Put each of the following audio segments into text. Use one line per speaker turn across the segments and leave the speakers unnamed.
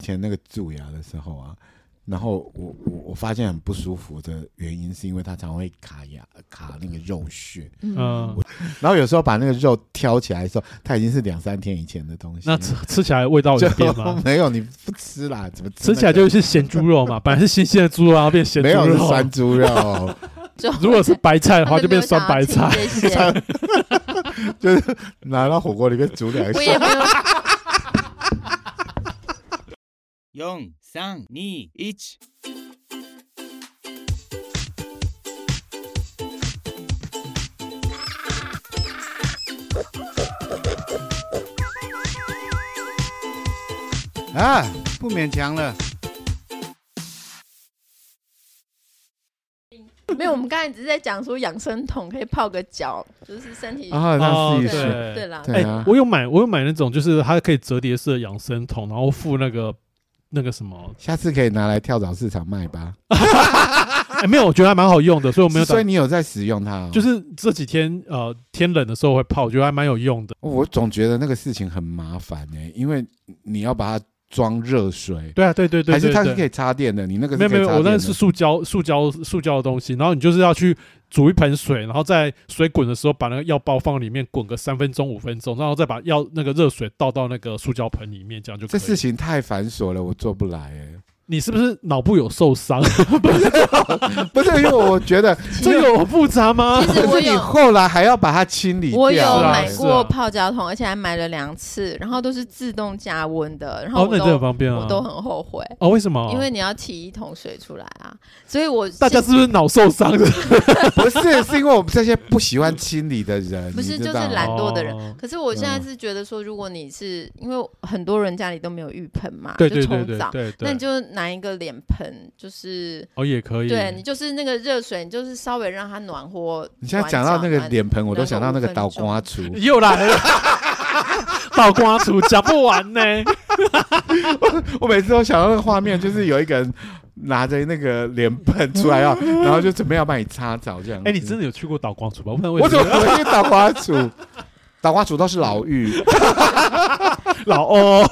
以前那个蛀牙的时候啊，然后我我我发现很不舒服的原因，是因为它常会卡牙卡那个肉 屑，
嗯，
然后有时候把那个肉挑起来的时候，它已经是两三天以前的东西
那
了，
吃吃起来味道有变
就？
吗
没有你不吃啦，怎么吃
吃起来
那个
就是咸猪肉 嘛，本来是新鲜的猪肉，然后变咸猪
没有是
肉。
酸猪肉，
就
如 果是白菜的
他
话，
们
就
没有
变酸白
想要
菜。
听 这些，
就是拿到火锅里面煮两
我也
下。
没有。
四三二一
啊，不勉强了。
没有，我们刚才只是在讲说养生桶可以泡个脚，就是身体。
啊，那
哦
是一
对
术。
对啦，
对
哎、
啊
我有买，我有买那种，就是它可以折叠式的养生桶，然后附那个那个什么，
下次可以拿来跳蚤市场卖吧。
哎、没有，我觉得还蛮好用的，所以我没有打
所以。你有在使用它、哦，
就是这几天呃天冷的时候会泡，我觉得还蛮有用的。
我总觉得那个事情很麻烦呢、因为你要把它装热水，
对啊，对对对
还是
对
它是
对
可以插电的，你那个
没
是可
有没
以
有，
插
我
电
那
的。
是塑胶塑胶塑胶的东西，然后你就是要去煮一盆水，然后在水滚的时候把那个药包放里面滚个三分钟五分钟，然后再把药那个热水倒到那个塑胶盆里面，这样就可
这
以。
事情太繁琐了，我做不来哎、
你是不是脑部有受 伤？
不是，因为我觉得
这有复杂吗？
其实
可
我
是你
有。
后来还要把它清理掉、
我有
是啊
买
是啊
过泡脚桶，而且还买了两次，然后都是自动加温的，然后
哦，那
我
你
都、
真的很方便啊。
我都很后悔，
哦，为什么？
因为你要提一桶水出来啊，所以我
大家
是
是不是脑受伤的？
不是，是因为我们这些不喜欢清理的人，
不
你
是
知
就是
道吗
懒惰的人
哦。
可是我现在是觉得说，如果你是因为很多人家里都没有浴盆嘛，
对对对
就冲
对
澡，
对对，
那你就拿一个脸盆，就是
哦也可以。
对你就是那个热水，你就是稍微让它暖和。
你现在讲到那个
暖脚
脸盆，我都
暖
想
个
到那
五
个
分
倒
钟
瓜 厨，
又来了，倒瓜厨讲不完 呢。
我每次都想到那个画面，就是有一个人拿着那个脸盆出来啊，然后就准备要帮你擦澡这样。
哎，你真的有去过倒瓜厨吧？不然为
我
什
怎么
么
会去倒瓜 煮？倒瓜煮都是老妪，
老哦？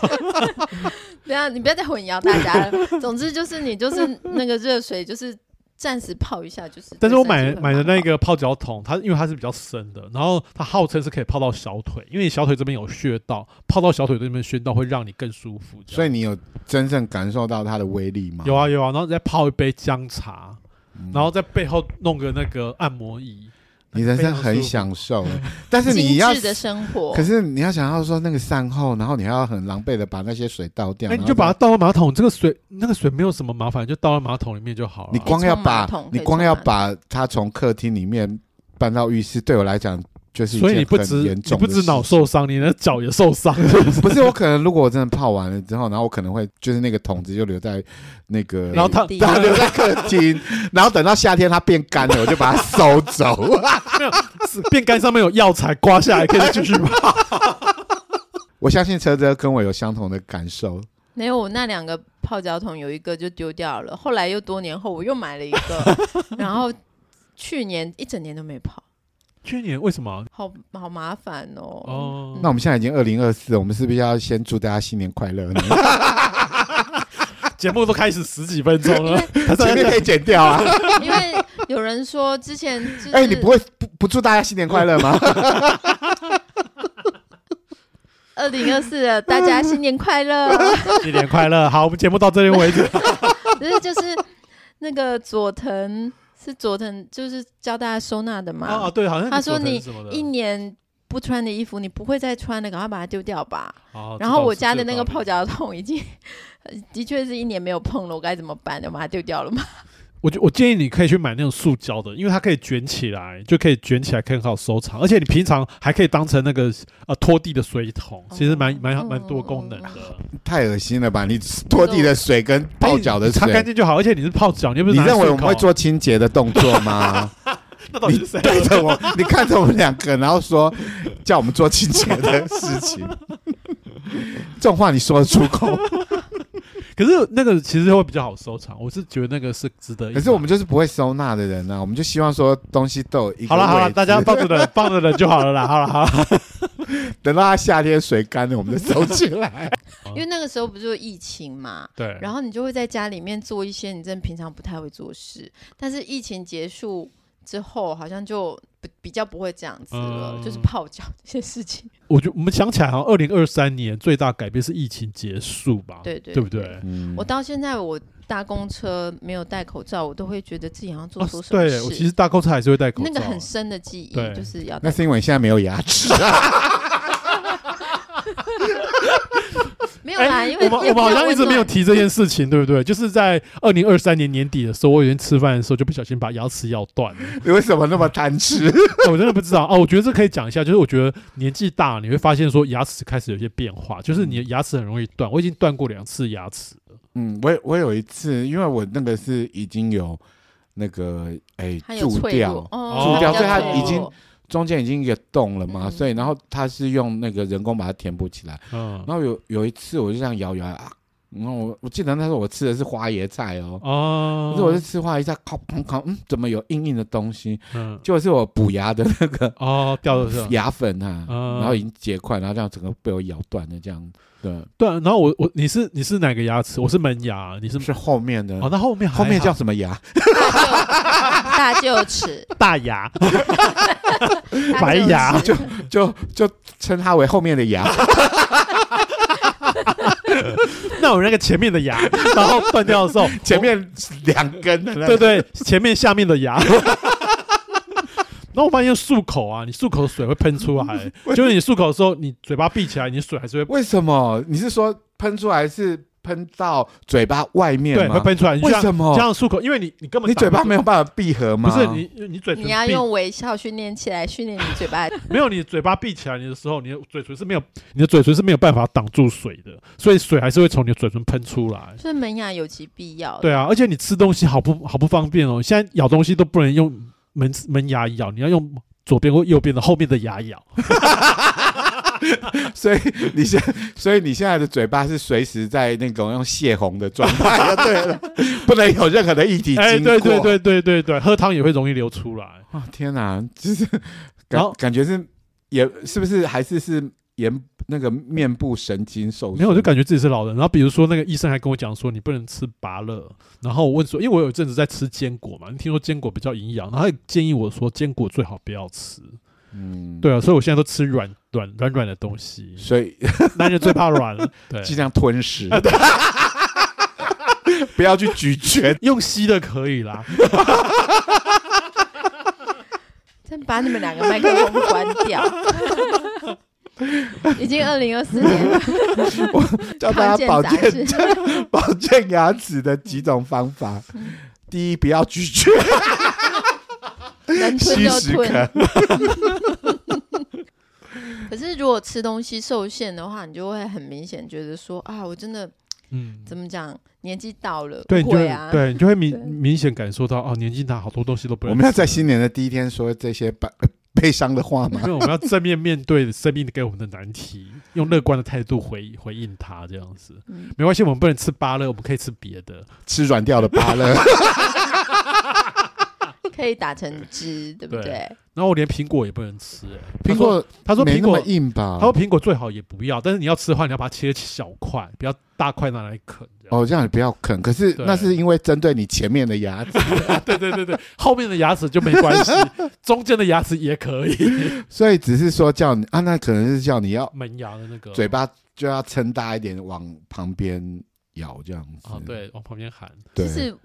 不要，你不要再混淆大家 了。总之就是你就是那个热水，就是暂时泡一下，就是对身体会蛮
但
好。
是我买买的那个泡脚桶，它因为它是比较深的，然后它号称是可以泡到小腿，因为你小腿这边有穴道，泡到小腿这边穴道会让你更舒服。
所
以
以你有真正感受到它的威力吗？
有啊，有啊，然后再泡一杯姜茶，
嗯
然后在背后弄个那个按摩椅。
你人生很享受，但是你要
精，致的生活，
可是你要想要说那个善后，然后你还要很狼狈的把那些水倒掉，
哎，
然
你
后
就把它倒到马桶，这个水那个水没有什么麻烦，就倒到马桶里面就好了。
你光要把
可以哎冲马桶
你光要把它从客厅里面搬到浴室，对我来讲就是一
所以你
件
不
很
止
严
你
重
不
的
止脑
事
受伤，你的脚也受伤。
不是我可能如果我真的泡完了之后，然后我可能会就是那个桶子就留在那个，
然后它
地
它留在客厅，然后等到夏天它变干了，我就把它收 走。
是便干上面有药材，刮下来可以继续吗？
我相信车车跟我有相同的感受，
没有我那两个泡脚桶有一个就丢掉了，后来又多年后我又买了 一个，然后去年一整年都没泡，
去年为什么？啊
好好麻烦哦。
哦，
那我们现在已经二零二四，我们是不是要先祝大家新年快乐呢？
节目都开始十几分钟了，
前面可以剪掉啊！
因为有人说之前就是，
哎、你不会不不祝大家新年快乐 吗？
二零二四了，大家新年快乐。
新年快乐！好，我们节目到这里为 止。
可 是就是那个佐藤是佐藤，就是教大家收纳的嘛。
啊，对，好像
他说
你
你
什么的
一年不穿的衣服，你不会再穿了，赶快把它丢掉吧。
哦
然
知
后
道
我
是
家
这
的那
道
个
理
呃
哦
泡脚桶已经的确是一年没有碰了，我该怎么办呢？我把它丢掉了嘛。
我就我建议你可以去买那种塑胶的，因为它可以卷起来，就可以卷起来，可以很好收藏，而且你平常还可以当成那个呃拖地的水桶，
哦
其实蛮蛮
嗯
蛮多功能的。
哎
太恶心了吧！你拖地的水跟泡脚的
擦干
水，
净就好，而且你是泡脚，你又不是
哎你
拿来
认为我们
漱口
会？做清洁的动作吗？
那到底
你
是谁？
对着我， 你看着我们两个，然后说叫我们做清洁的事 情，这种话你说得出口？
可是那个其实会比较好收藏，我是觉得那个是值得一买。
可是我们就是不会收纳的人呐、啊我们就希望说东西都有一个
好了好了，
位置
大家放着冷，放着冷就好了啦。好了好 了，
等到它夏天水干了，我们就收起来。
因为那个时候不就疫情嘛，
对，
然后你就会在家里面做一些你真的平常不太会做事，但是疫情结束之后，好像就不比较不会这样子了，
嗯
就是泡脚这些事情。
我就我们想起来，好像二零二三年最大改变是疫情结束吧？
对对
对不
对
对？
嗯
我到现在我搭公车没有戴口罩，我都会觉得自己好像做
哦
错，什么
对我其
事。
实大公司还是会戴口罩
那
啊，
个很深的记忆
对
就是要
那
戴
是因为你现在没有牙齿、啊
没有啦，
哎，
啊因为
我们
也
我
比
们好
较
像一
温
直没有
暖
提这件事情，对不对？就是在二零二三年年底的时候，我有一天吃饭的时候就不小心把牙齿咬断了，
你为什么那么贪吃？
我真的不知道啊。我觉得这可以讲一下，就是我觉得年纪大，你会发现说牙齿开始有一些变化，就是你的牙齿很容易断。我已经断过两次牙齿，
嗯，我我有一次，因为我那个是已经有那个哎、
它有
蛀
脆
掉，
弱，哦
蛀掉
比较
所以它
脆
已经
弱
中间已经一个洞了嘛，
嗯
所以然后它是用那个人工把它填补起来。
嗯
然后有有一次我就这样摇摇啊，然后我我记得那时候我吃的是花椰菜哦，
哦，
可是我就吃花椰菜，烤砰烤，嗯，怎么有硬硬的东西？
嗯
结果是我补牙的那个
哦掉的是 吧
牙粉啊，
嗯
然后已经结块，然后这样整个被我咬断的这样，对，
对啊，然后我我你是你是哪个牙齿？我是门牙，啊你是
是后面的。
哦，那后面还
后面
好
叫什么 牙？
大臼齿，
大牙，
大
白
臼
牙
齿
就就称它为后面的牙。
那我那个前面的 牙，然后断掉的时候，哦
前面两根的那
对
个，
对，前面下面的 牙。然后我发现漱口啊，你漱口水会喷出 来，就是你漱口的时候，你嘴巴闭起来，你水还是会
为什么？你是说喷出来是喷到嘴巴外面
对会
吗？
喷出来。你就
为
像
什
这
么？
样漱口，因为你你根本
你
打
嘴巴
不
没有办法闭合吗？
不是你你嘴唇
你要
闭
用微笑训练起来，训练你嘴巴。
没有你嘴巴闭起来你的时候，你的嘴唇是没有你的嘴唇是没有办法挡住水的，所以水还是会从你的嘴唇喷出来。
就是门牙有其必要。
对啊，而且你吃东西好不好不方便哦，现在咬东西都不能用门门牙咬，你要用左边或右边的后面的牙咬。
所以你现，所以你现在的嘴巴是随时在那种用泄洪的状态， 就对了，不能有任何的液体经过。
哎，对对对对对对，喝汤也会容易流出来。
哇，啊天哪，就是
然后
感感觉是也是不是还是是眼那个面部神经受损？
没有，我就感觉自己是老人。然后比如说那个医生还跟我讲说，你不能吃芭乐。然后我问说，因为我有一阵子在吃坚果嘛，你听说坚果比较营养，然后他也建议我说坚果最好不要吃。
嗯，，
对啊，所以我现在都吃软软软软的东西
所以
男人最怕软了。对，
尽量吞食，
啊
不要去咀 嚼。
用吸的可以啦。
真把你们两个麦克风关掉。 已经二零二四年了，
教大家保
康健
健 保健牙齿的几种方法：
嗯
第一，不要咀嚼，
能吞
吸
就
食
吞。
感。
可是如果吃东西受限的话，你就会很明显觉得说啊，我真的
嗯，
怎么讲，年纪到了，
对，你就
会
会
啊，
对，你就会明
对
明显感受到哦，年纪大，好多东西都不能
我们要
吃
在
了
新年的第一天说这些悲悲伤的话吗
没？有，我们要正面面对生命给我们的难题，用乐观的态度回回应它，这样子
嗯
没关系。我们不能吃芭乐，我们可以吃别的。
吃软掉的芭乐，
可以打成汁，对不
对
对？
然后我连苹果也不能吃、欸，
苹果
他说
没
苹
那么
果，
硬啊吧
他？说苹果最好也不要，但是你要吃的话，你要把它切小块，不要大块拿来啃。这样，
哦，这样你不要啃。可是
对
那是因为针对你前面的牙齿，
对对对对，后面的牙齿就没关系，中间的牙齿也可以。
所以只是说叫你啊，那可能是叫你要
门牙的那个
嘴巴就要撑大一点，往旁边咬这样子。
啊，对，往旁边含。
就
对，
是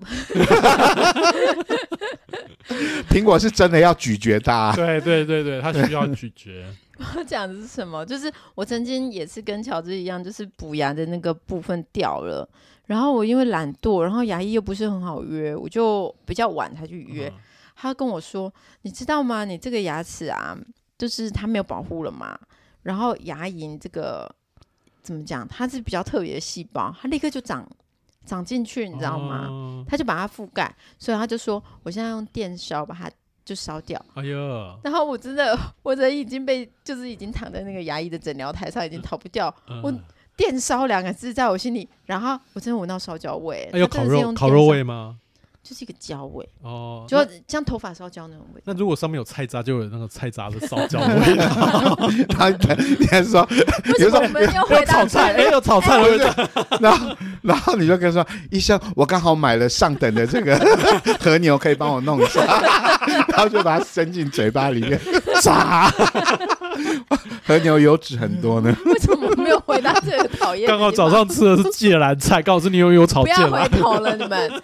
苹果是真的要咀嚼它。啊
对对对对，它需要咀嚼。
我要讲的是什么？就是我曾经也是跟乔治一样，就是补牙的那个部分掉了，然后我因为懒惰，然后牙医又不是很好约，我就比较晚才去
啊
约。他跟我说：“你知道吗？你这个牙齿啊，就是它没有保护了嘛。然后牙龈这个怎么讲？它是比较特别的细胞，它立刻就长长进去，你知道吗？
吗？
他就把它覆盖，所以他就说：我现在用电烧把它就烧掉。”
哎呀，
然后我真的，我人已经被，就是已经躺在那个牙医的诊疗台上，已经逃不掉。
嗯
我电烧两个字在我心里，然后我真的闻到烧焦味，
哎有
它
烤
真的是
肉
用
烤
电
肉
烧
味，吗？
就是一个焦味，
哦，
就
那
像头发烧焦那种味。
那如果上面有菜渣，就有那个菜渣的烧 焦味。
他你还说，
为什么我们要回
有
答
炒
这
菜，哎，
个？
有炒菜的味道。
然后然后你就跟他说，医生，我刚好买了上等的这个 和牛，可以帮我弄一下， 然后就把它伸进嘴巴里面，炸。 和牛油脂很多呢，
为什么没有回答这个讨厌的地方？
刚好早上啊吃的是芥蓝菜，告诉你有有炒
不
芥
要回
蓝。
头了，你们。 对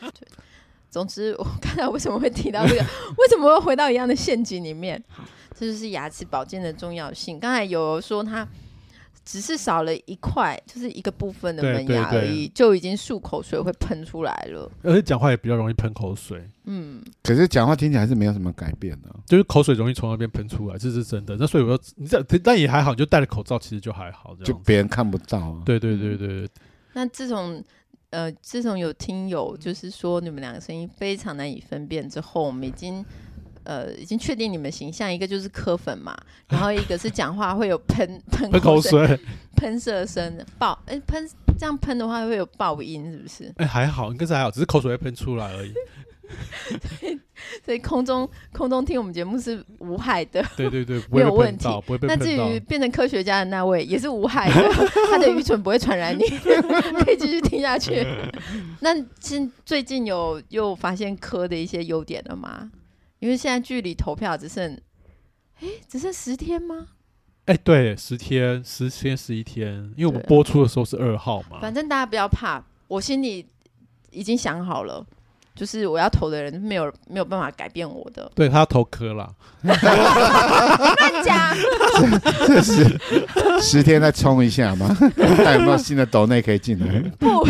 总之，我刚才为什么会提到这个？为什么会回到一样的陷阱里面？这就是牙齿保健的重要性。刚才有说它只是少了一块，就是一个部分的
对
门
对
牙
对
而已，就已经漱口水会喷出来了。
而且讲话也比较容易喷口水，
嗯，
可是讲话听起来是没有什么改变啊的。
就是口水容易从那边喷出来，这是真的。那所以我说，你这但也还好，你就戴了口罩，其实就还好这
就
样子。
别人看不到啊。
对对对对对，
那自从呃，自从有听友就是说你们两个声音非常难以分辨之后，我们已经呃已经确定你们形象，一个就是磕粉嘛，然后一个是讲话会有喷喷
喷口
口水。
水，
喷射声爆，哎、喷这样喷的话会有爆音，是不是？
哎、还好，应该是还好，只是口水会喷出来而已。
所以空中空中听我们节目是无害的。
对对 对，不
没
会
有
被
问
喷
题
到，不会被
那
喷
至
到。
于变成科学家的那位也是无害的， 他的愚蠢不会传染你， 可以继续听下 去。那近最近有又发现科的一些优点了吗？因为现在距离投票只剩，哎、只剩十天吗？
哎、对，十天、十天、十一天，因为我们
对
播出的时候是二号嘛。
反正大家不要怕，我心里已经想好了，就是我要投的人没有没有办法改变我的。
对他头科啦，
乱 讲。
这是十天再冲一下 嘛，看有没有新的斗内可以进来。
不，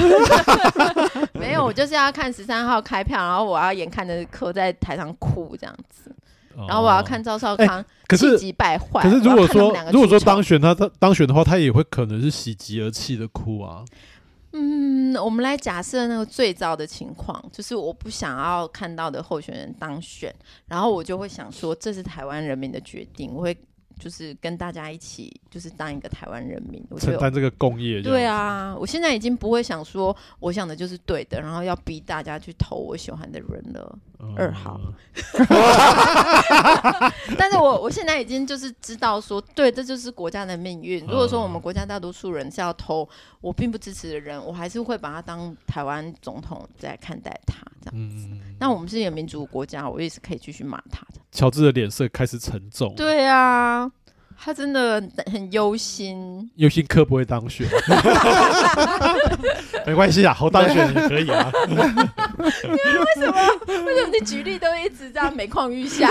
没有，我就是要看十三号开票，然后我要眼看着柯在台上哭这样子，然后我要
哦
看赵少康
可
气
是
急败坏。
可是如
我
果
要看他们
说
两个
如果说
出
当
丑
选他他当选的话，他也会可能是喜极而泣的哭啊。
嗯，我们来假设那个最糟的情况，就是我不想要看到的候选人当选，然后我就会想说，这是台湾人民的决定，我会就是跟大家一起，就是当一个台湾人民，我就
承
有
担这个共业。
对，啊，我现在已经不会想说我想的就是对的，然后要逼大家去投我喜欢的人了。二号
嗯
但是我我现在已经就是知道说，对，这就是国家的命 运。如果说我们国家大多数人是要投我并不支持的人，我还是会把他当台湾总统在看待他这样。
嗯，
那我们是一个民主国家，我也是可以继续骂他的。
乔治的脸色开始沉重。，
对啊，他真的很很忧心。
有心科不会当 选，没关系啊，好当选也可以啊。
为什么？为什么你举例都一直这样每况愈 下？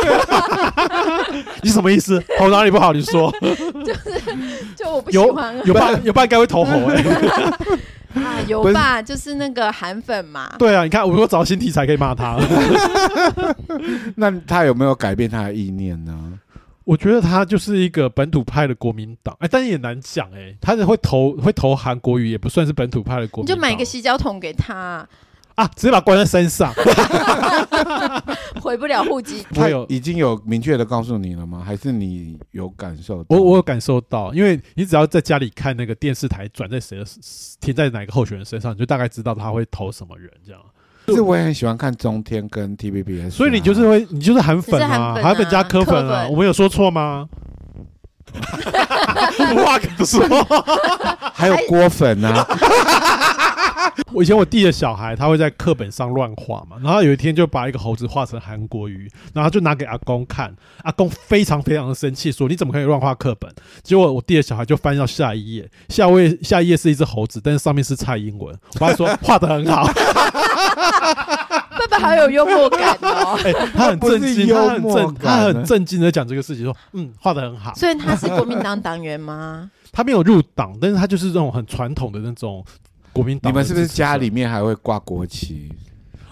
你什么意思？投哪里不好？你说
就 我不喜
有
欢
有爸有爸应该会投红哎。
啊，有
不是
吧？就是那个韩粉嘛。
对啊，你看，我又找新题材可以骂他。
那他有没有改变他的意念呢？
我觉得他就是一个本土派的国民党，哎，但也难讲哎、他是会投会投韩国语，也不算是本土派的国民
你
党。
就买一个洗脚桶给他，
啊，直接把他关在山上。
回不了户籍。
我
他
有
已经有明确的告诉你了吗？还是你有感受到？
我我有感受到，因为你只要在家里看那个电视台转在谁的停在哪个候选人身上，你就大概知道他会投什么人这样。
可是我也很喜欢看中天跟 T V B S，、啊
所以你就是会，你就是韩粉啊，
你是韩粉啊
韩粉加科粉
科
啊，
粉
我们有说错 吗？ 话可说，
还有锅粉啊，
我以前我弟的小孩，他会在课本上乱画嘛，然后有一天就把一个猴子画成韩国鱼，然后他就拿给阿公看，阿公非常非常的生气，说你怎么可以乱画课本？结果我弟的小孩就翻到下一页，下位下一页是一只猴子，但是上面是蔡英文，我爸说画的很好，
爸爸好有幽默感哦。
哎、他很
不是
震惊，
幽
他很
默
震，
感
他
呢
很震惊的讲这个事情，说嗯，画的很好。
所以他是国民党党员吗？
他没有入党，但是他就是这种很传统的那种国民 党。
你们是不是家里？面还会挂国旗？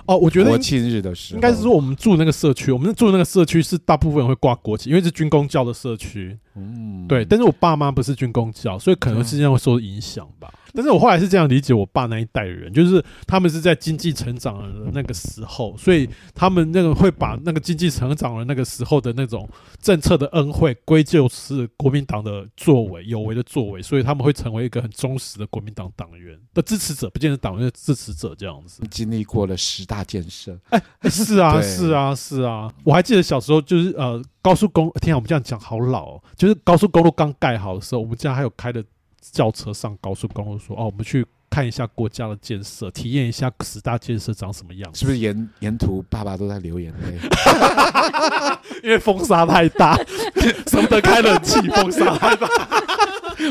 哦，我觉得
国
应
庆日的时候，
应该是说我们住那个社区，我们住那个社区是大部分人会挂国旗，因为是军工教的社区。
嗯，
对，但是我爸妈不是军工教，所以可能是这样会受影响吧。
嗯
但是我后来是这样理解我爸那一代的人，就是他们是在经济成长的那个时候，所以他们那个会把那个经济成长的那个时候的那种政策的恩惠归咎是国民党的作为、有为的作为，所以他们会成为一个很忠实的国民党党员的支持者，不见得党员的支持者这样子。
经历过了十大建设，
欸是啊，
对
是啊，是啊！我还记得小时候就是呃，高速公天啊，我们这样讲好老、哦，就是高速公路刚盖好的时候，我们家还有开着轿车上高速公路说，哦，我们去看一下国家的建设，体验一下十大建设长什么样
是
子。
不是沿沿途爸爸都在流眼泪？
因为风沙太 大，舍不得开冷气，风沙太大。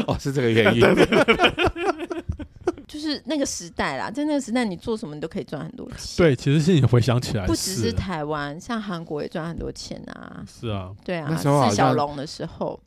哦，是这个 原因。
就是那个时代啦，在那个时代，你做什么你都可以赚很多钱。，
对，其实现在回想起来，
不只是
是
台湾，像韩国也赚很多钱啊。
是啊，
对啊，
那时候好像
四小龙的时候，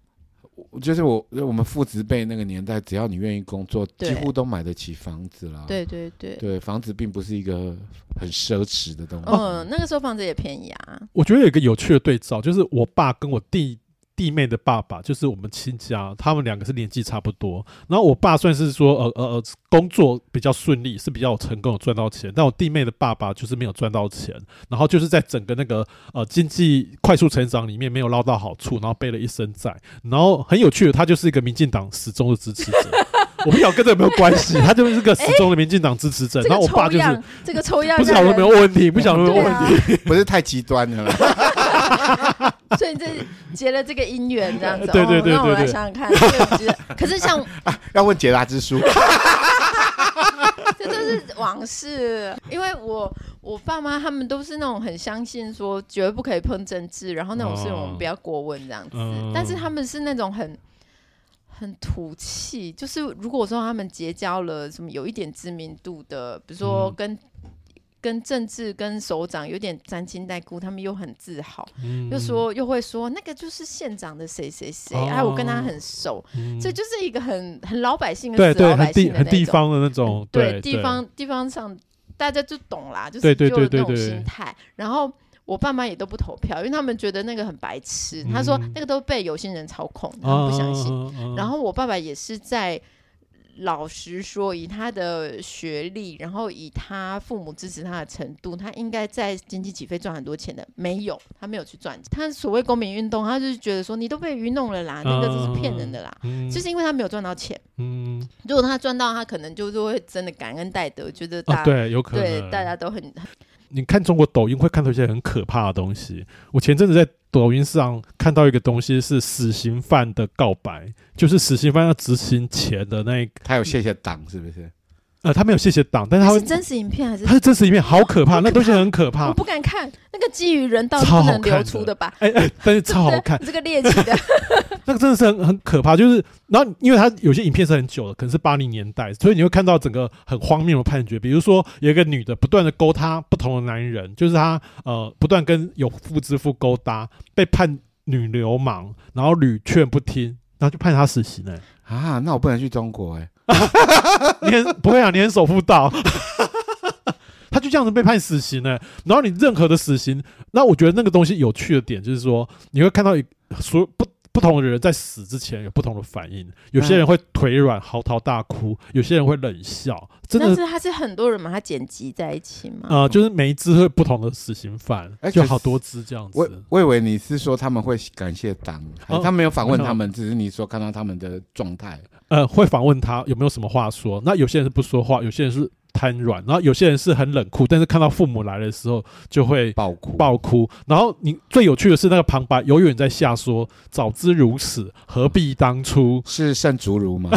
我就是我，我们父子辈那个年代，只要你愿意工作，
对
几乎都买得起房子
啊
啦。
对对对，
对，房子并不是一个很奢侈的东西。
嗯，那个时候房子也便宜啊。
我觉得有一个有趣的对照，就是我爸跟我弟弟妹的爸爸，就是我们亲家，他们两个是年纪差不多。然后我爸算是说，呃呃呃，工作比较顺利，是比较成功，有赚到钱。但我弟妹的爸爸就是没有赚到钱，然后就是在整个那个呃经济快速成长里面没有捞到好处，然后背了一身债。然后很有趣的，他就是一个民进党始终的支持者。 我不晓得跟这有没有关系，他就是个始终的民进党支持者。
这
然
个
后我爸
抽
就是
样，这个抽样
不晓
让
得有
人，
没有问题，不晓得有没有
对
问题。
啊，
不是太极端了 啦。
所以你这结了这个姻缘这样子。
对对对
哦那
对
我来
对
想想看，所以我觉得，可是像
要问解答之书，
这都是往事，因为我我爸妈他们都是那种很相信说绝对不可以碰政治，然后那种事
哦
我们不要过问这样子。
嗯
但是他们是那种很很土气，就是如果说他们结交了什么有一点知名度的，比如说
嗯
跟、跟政治跟首长有点沾亲带故，他们又很自豪，
嗯
又说又会说那个就是县长的谁谁谁，
哦
哎、我跟他很熟，
嗯
这就是一个很很老百姓
对
跟死
对，
老
很
百
地
姓的
很
那
地
种。嗯
方的那种，对
地方地方上大家就懂啦，就是
对对
就
对
有那
对
种
对
心态。然后我爸妈也都不投票，因为他们觉得那个很白痴，他说
嗯
那个都被有心人操控，他
啊
们不相信。
啊啊啊
然后我爸爸也是在。老实说，以他的学历，然后以他父母支持他的程度，他应该在经济起飞赚很多钱的。没有，他没有去赚。他所谓公民运动，他就是觉得说你都被愚弄了啦，那个就是骗人的啦。
嗯
就是因为他没有赚到钱，
嗯
如果他赚到，他可能就是会真的感恩戴德，觉得大、
啊，对，有可
对
能
大家都很
你看中国抖音会看到一些很可怕的东西。我前阵子在抖音上看到一个东西是死刑犯的告白，就是死刑犯要执行前的那一
他有谢谢党是不是？
呃，他没有谢谢党，但是他
那是
会
真实影片还是
他？是真实一面，好可怕，
好可怕
那东西很可
我
怕。
不敢看那个基于人道是
超
不
好
能流
看
出
的
的吧？
哎哎，但是超好看，
这个猎奇的
那个真的是很很可怕。就是，然后因为他有些影片是很久的，可能是八零年代，所以你会看到整个很荒谬的判决。比如说，有一个女的不断的勾搭不同的男人，就是她呃不断跟有妇之夫勾搭，被判女流氓，然后屡劝不听。然后就判她死刑呢、欸
啊，那我不能去中国哎、
你很不会啊，你很守妇道， 他就这样子被判死刑呢、然后你任何的死刑，那我觉得那个东西有趣的点就是说，你会看到一所有不不同的人在死之前有不同的反应，有些人
嗯
会腿软嚎啕大哭，有些人会冷笑， 真
但
的。
是他是很多人嘛，他剪辑在一起嘛。
呃，就是每一只会不同的死刑犯，
哎
就
可是
好多只这样
我
子。
我以为你是说他们会感谢党，
哦
他没有访问他们，只是你说看到他们的状态。
呃，会访问他有没有什么话说。那有些人是不说话，有些人是瘫软，然后有些人是很冷酷，但是看到父母来的时候就会
爆哭，？”
爆哭。然后你最有趣的是那个旁白永远在下说：“早知如此，何必当初
是圣竹如 吗？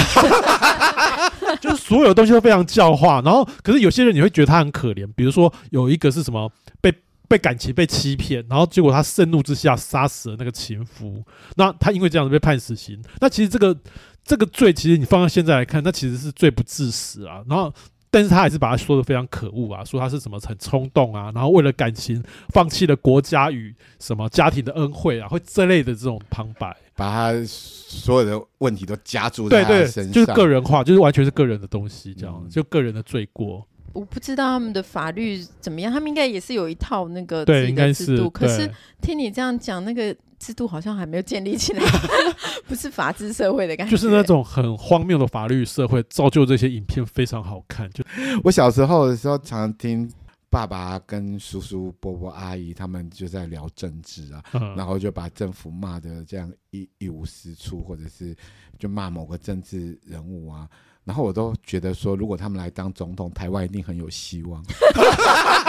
就是所有东西都非常教化。然后，可是有些人你会觉得他很可怜，比如说有一个是什么被。被感情被欺骗，然后结果他盛怒之下杀死了那个情夫，那他因为这样子被判死刑。那其实这个这个罪，其实你放到现在来看，那其实是罪不至死啊。然后但是他还是把他说的非常可恶啊，说他是什么很冲动啊，然后为了感情放弃了国家与什么家庭的恩惠啊，会这类的这种旁白。
把他所有的问题都加注在
对
他的
对
身上，，
就是个人化，就是完全是个人的东西，这样、
啊嗯
就个人的罪过。
我不知道他们的法律怎么样，他们应该也是有一套那个自
对，
己
应
的
该
制
是
度。可是
对
听你这样讲，那个制度好像还没有建立 起来，不是法治社会的感觉。
就是那种很荒谬的法律社会，造就这些影片非常好看。就
我小时候的时候，常听爸爸跟叔叔、伯伯、阿姨他们就在聊政治啊，然
嗯，
后就把政府骂的这样一一无是处，或者是就骂某个政治人物啊。然后我都觉得说，如果他们来当总统，台湾一定很有希望。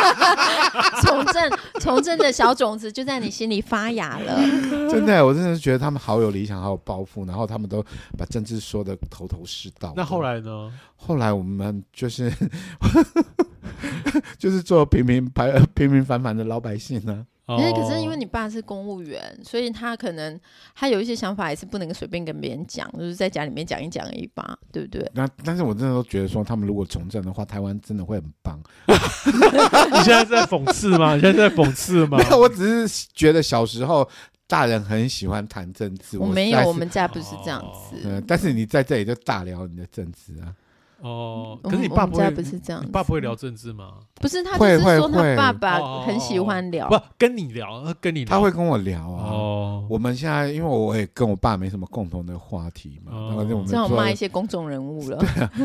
从政从政的小种子就在你心里发芽了。
真的，我真的是觉得他们好有理想，好有抱负，然后他们都把政治说的头头是道。
那后，来呢？
后来我们就是 就是做平民白平民凡凡的老百姓啊呢、
哦
可是哎可是因为 你爸是公务员，所以他可能他有一些想法也是不能随便跟别人讲，就是在家里面讲一讲而已吧，对不对？
那但是我真的都觉得说，他们如果从政的话，台湾真的会很棒。
你现在是在讽刺吗？你现在是在讽刺吗
没？ 有，我只是觉得小时候大人很喜欢谈政治，
我
实
没
在
有，
是
我们家不是
哦
这样子。
嗯、但是你在这里就大聊你的政治啊，
哦，
我
可是你
们
爸
我们
不
家
会，
不是这样
你
子，
爸不会聊政治 吗？
不是他就
会
是
会
说他
会
爸
哦
爸很喜欢聊，
不，跟你聊，呃跟你聊，
他会跟我聊啊。
哦，
我们现在因为我也跟我爸没什么共同的话题嘛，
哦
然后就我们
这样我骂一
做
些公众人 物了。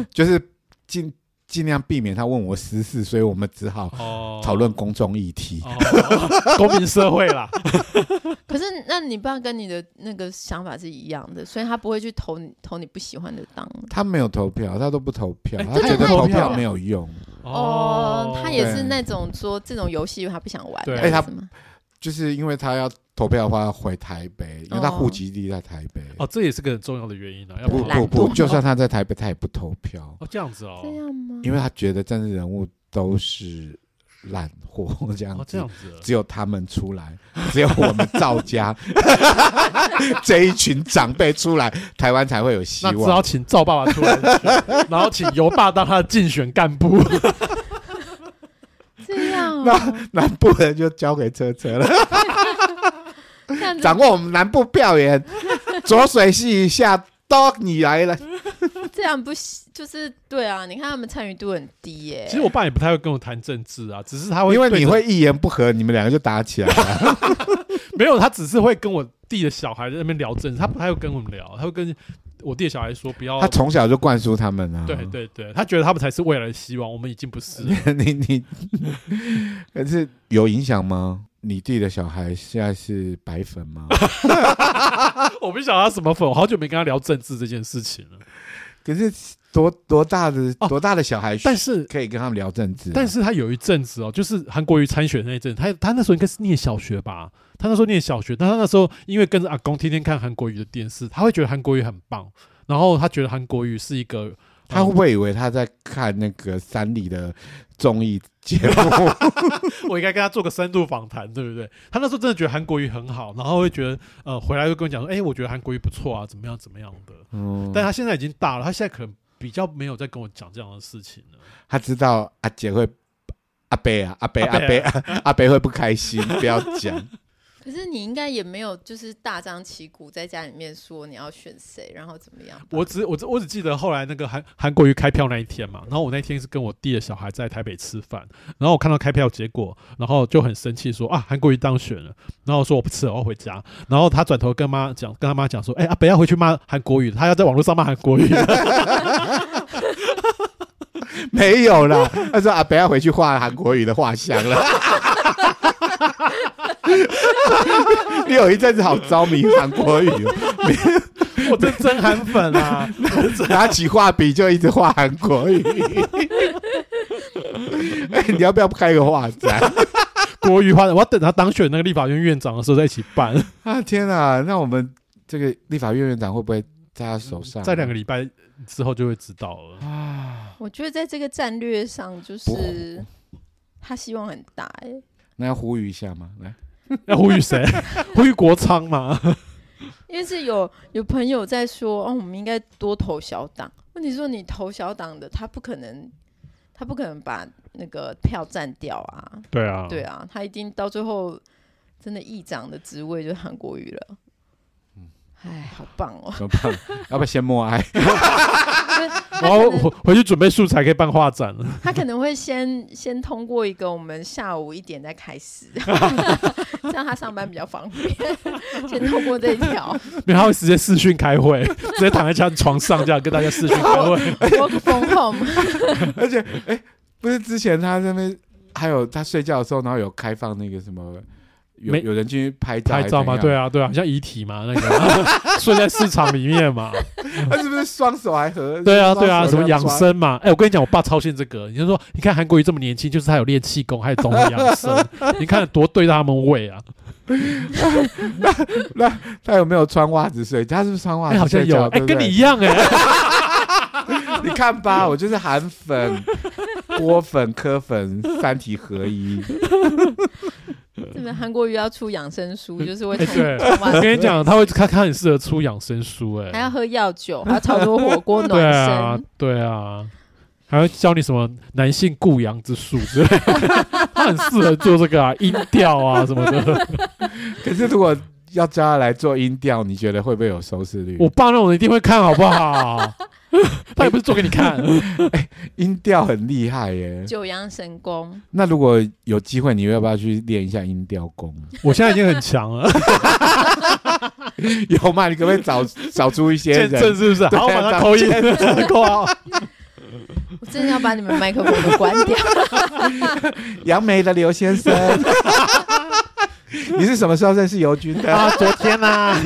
就是尽尽量避免他问我私事，所以我们只好
哦
讨论公众议题。
哦，公民社会 啦，
可是，那你爸跟你的那个想法是一样的，所以他不会去投你投你不喜欢的党。
他没有投票，他都不投票，
哎
他
真
的
觉得
他也
投
不投
票
票
没有用。
哦，他也
对
是那种说这种游戏他不想玩
对
的，
哎他
是吗？
就是因为他要投票的话，要回台北，因为他户籍地在台北。
哦，这也是个很重要的原因啊，要
不
不
懒
不
惰
不，就算他在台北，他也不投票，
哦这样子哦
这，样吗？
因为他觉得政治人物都是烂货这样
哦这
子
样。子，
只有他们出来，只有我们赵家 这一群长辈出来，台湾才会有希
那只好
望。
请赵爸爸出来 选，然后请尤爸当他的竞选干部。
这样哦，
南部人就交给车车了，
这样子
掌握我们南部票源， 浊水溪以下都你来了。
这样不行，就是对啊，你看他们参与度很低耶。
其实我爸也不太会跟我谈政治啊，只是他会
因为
对
你
着
会一言不合，你们两个就打起来了。
没有，他只是会跟我弟的小孩在那边聊政治，他不太会跟我们聊，他会跟我弟的小孩说不要
他。从小就灌输他们啊。
哦对对对，他觉得他们才是未来的希望，我们已经不是了。
你你，可是有影响吗？你弟的小孩现在是白粉 吗？
我不想他什么粉，我好久没跟他聊政治这件事情了。
可是多多大的
哦
多大的小孩，
但是，
可以跟他们聊政治啊，
但是他有一阵子哦，就是韩国瑜参选那一阵，他他那时候应该是念小学吧，他那时候念小学，但他那时候因为跟着阿公天天看韩国瑜的电视，他会觉得韩国瑜很棒，然后他觉得韩国瑜是一个，
他
哦
会不会以为他在看那个三立的综艺节 目？
呃我应该跟他做个深度访谈，对不对？他那时候真的觉得韩国瑜很好，然后会觉得呃，回来会跟我讲说，哎、我觉得韩国瑜不错啊，怎么样怎么样的。
嗯，
但他现在已经大了，他现在可能比较没有在跟我讲这样的事情了。
他知道阿姐会。阿贝啊，阿贝阿
阿
贝
伯
阿贝会不开心，不要讲。
可是你应该也没有就是大张旗鼓在家里面说你要选谁，然后怎么样吧？
我只我只我只记得后来那个韩韩国瑜开票那一天嘛，然后我那天是跟我弟的小孩在台北吃饭，然后我看到开票结果，然后就很生气说啊韩国瑜当选了，然后我说我不吃了，我要回家。然后他转头跟妈讲，跟他妈讲说，哎、阿北要回去骂韩国瑜，他要在网络上骂韩国瑜。
没有啦，他说阿北要回去画韩国语的画像了。 你有一阵子好着迷韩国语哦，
我这真韩粉 啊！
拿起画笔就一直画韩国语。 哎、你要不要开个画展
国瑜化的，我要等他当选那个立法院院长的时候再一起办，
啊？天啊，那我们这个立法院院长会不会在他手上？
在两个礼拜之后就会知道了。
啊，
我觉得在这个战略上，就是他希望很大哎、
那要呼吁一下吗？来，
要呼吁谁？ 呼吁国昌嘛？
因为是有有朋友在说，哦，我们应该多投小党。问题是说你投小党的，他不可能他不可能把那个票占掉啊。
对啊，
对啊，他一定到最后真的议长的职位就是韩国瑜了。
嗯
哎，好棒哦！
怎么办？ 要不要先默哀？
然后我回去准备素材，可以办画展了。
他可能会先 先通过一个我们下午一点再开始， 这样他上班比较方便。 先通过这一 条
没有，他会直接视讯开 会，直接躺在家床上这样跟大家视讯开 会。
哎
work from home，
而且，哎、不是之前他那边还有他睡觉的时候，然后有开放那个什么，有
没
有人进去拍照
拍照嘛，对
啊，
啊，对啊，像遗体嘛，那个 睡在市场里 面嘛，
他是不是双手还合？
对啊，对啊，
双手
什么
这样
养
抓？
生嘛，哎，我跟你讲，我爸超信这个，你就说，你看韩国瑜这么年轻，就是他有练气功，还懂得养生， 你看多对他们胃啊，
他有没有穿袜子睡？他是不是穿袜
哎，好
子
像
睡
有，
觉？对
哎，
不
跟你
对
一样 哎，
你看吧，我就是韩粉、波粉、科粉三体合一。
这边韩国瑜要出养生书，就是会
哎
从
对
从晚
我跟你讲，他会他他很适合出养生书，
还
哎
要，喝药酒，还要操作火 锅暖
对
身。
啊，对啊。还会教你什么男性固阳之术之类的， 他很适合做这个啊，音调啊什么的。
可是如果要叫他来做音调，你觉得会不会有收视率？
我爸那种一定会看好不 好？他也不是做给你看，
音调很厉害耶。
九阳神功，
那如果有机会，你要不要去练一下音调功？
我现在已经很强 了，
有吗？你可不可以找找出一些
见证
人？
是不是？
对啊
好，我把它扣一
见
扣好。
我真的要把你们麦克风都关掉。
杨梅的刘先 生，你是什么时候认识尤军 的？
啊，昨天啦，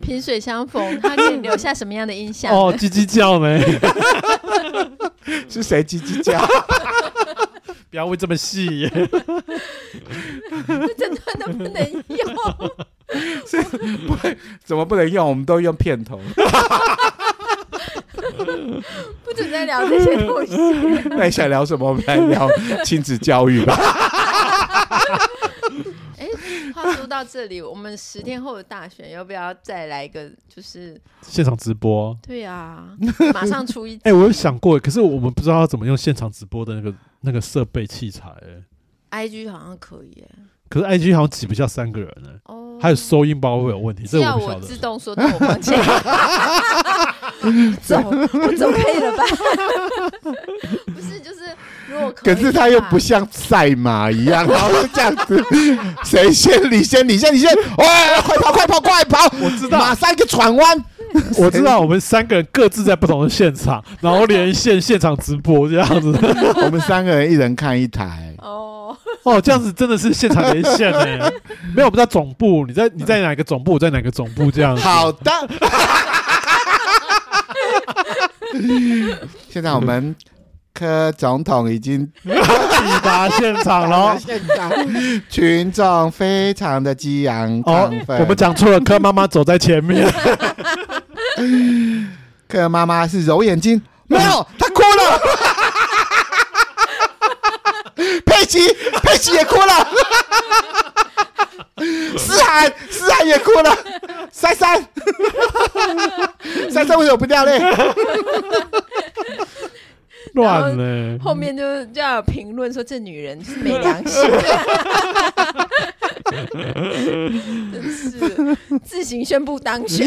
萍水相逢，他给你留下什么样的印象？
哦，叽叽叫呢，
是谁叽叽叫？
不要问这么细。
这整段都不能用。
怎么不能用？我们都用片 头。
不准再聊这些东西。
那你想聊什么？我们来聊亲子教育 吧。
哎，话说到这里，我们十天后的大选要不要再来一个？就是
现场直播，
对啊，马上出一集。
哎，我有想过，可是我们不知道要怎么用现场直播的那个那个设备器材。哎
IG 好像可以哎
可是 IG 好像挤不下三个人呢，
哦，
还有收音包会有问题，这
是
个
要
我不
我
晓
自
得。
动说那我放 弃。走，我走可以了吧？ 不是，就是如果可
可
以的话，
是他又不像赛马一 样，然后就这样子，谁先你先你先 你先，哇！快跑快跑快跑！我知道，马上一个转 弯。
我知道我们三个人各自在不同的现场，然后连线现场直播这样子。
我们三个人一人看一台，
哦，
哦，这样子真的是现场连线欸呢。 没有，我们在总部，你在你在哪个总部，我在哪个总部这样子。
好的。 现在我们柯总统已经
抵达现 场
到
喽
了。现场，群众非常的激昂
哦
亢，奋。
我们讲错了，柯妈妈走在前面，
柯妈妈是揉眼睛，没有，她哭了。 佩奇，佩奇也哭 了。思涵，思涵也哭了。珊珊， 珊珊为什么不掉 泪？
乱欸了。
后面就就要有评论说这女人 是没良心，真是自行宣布当 选。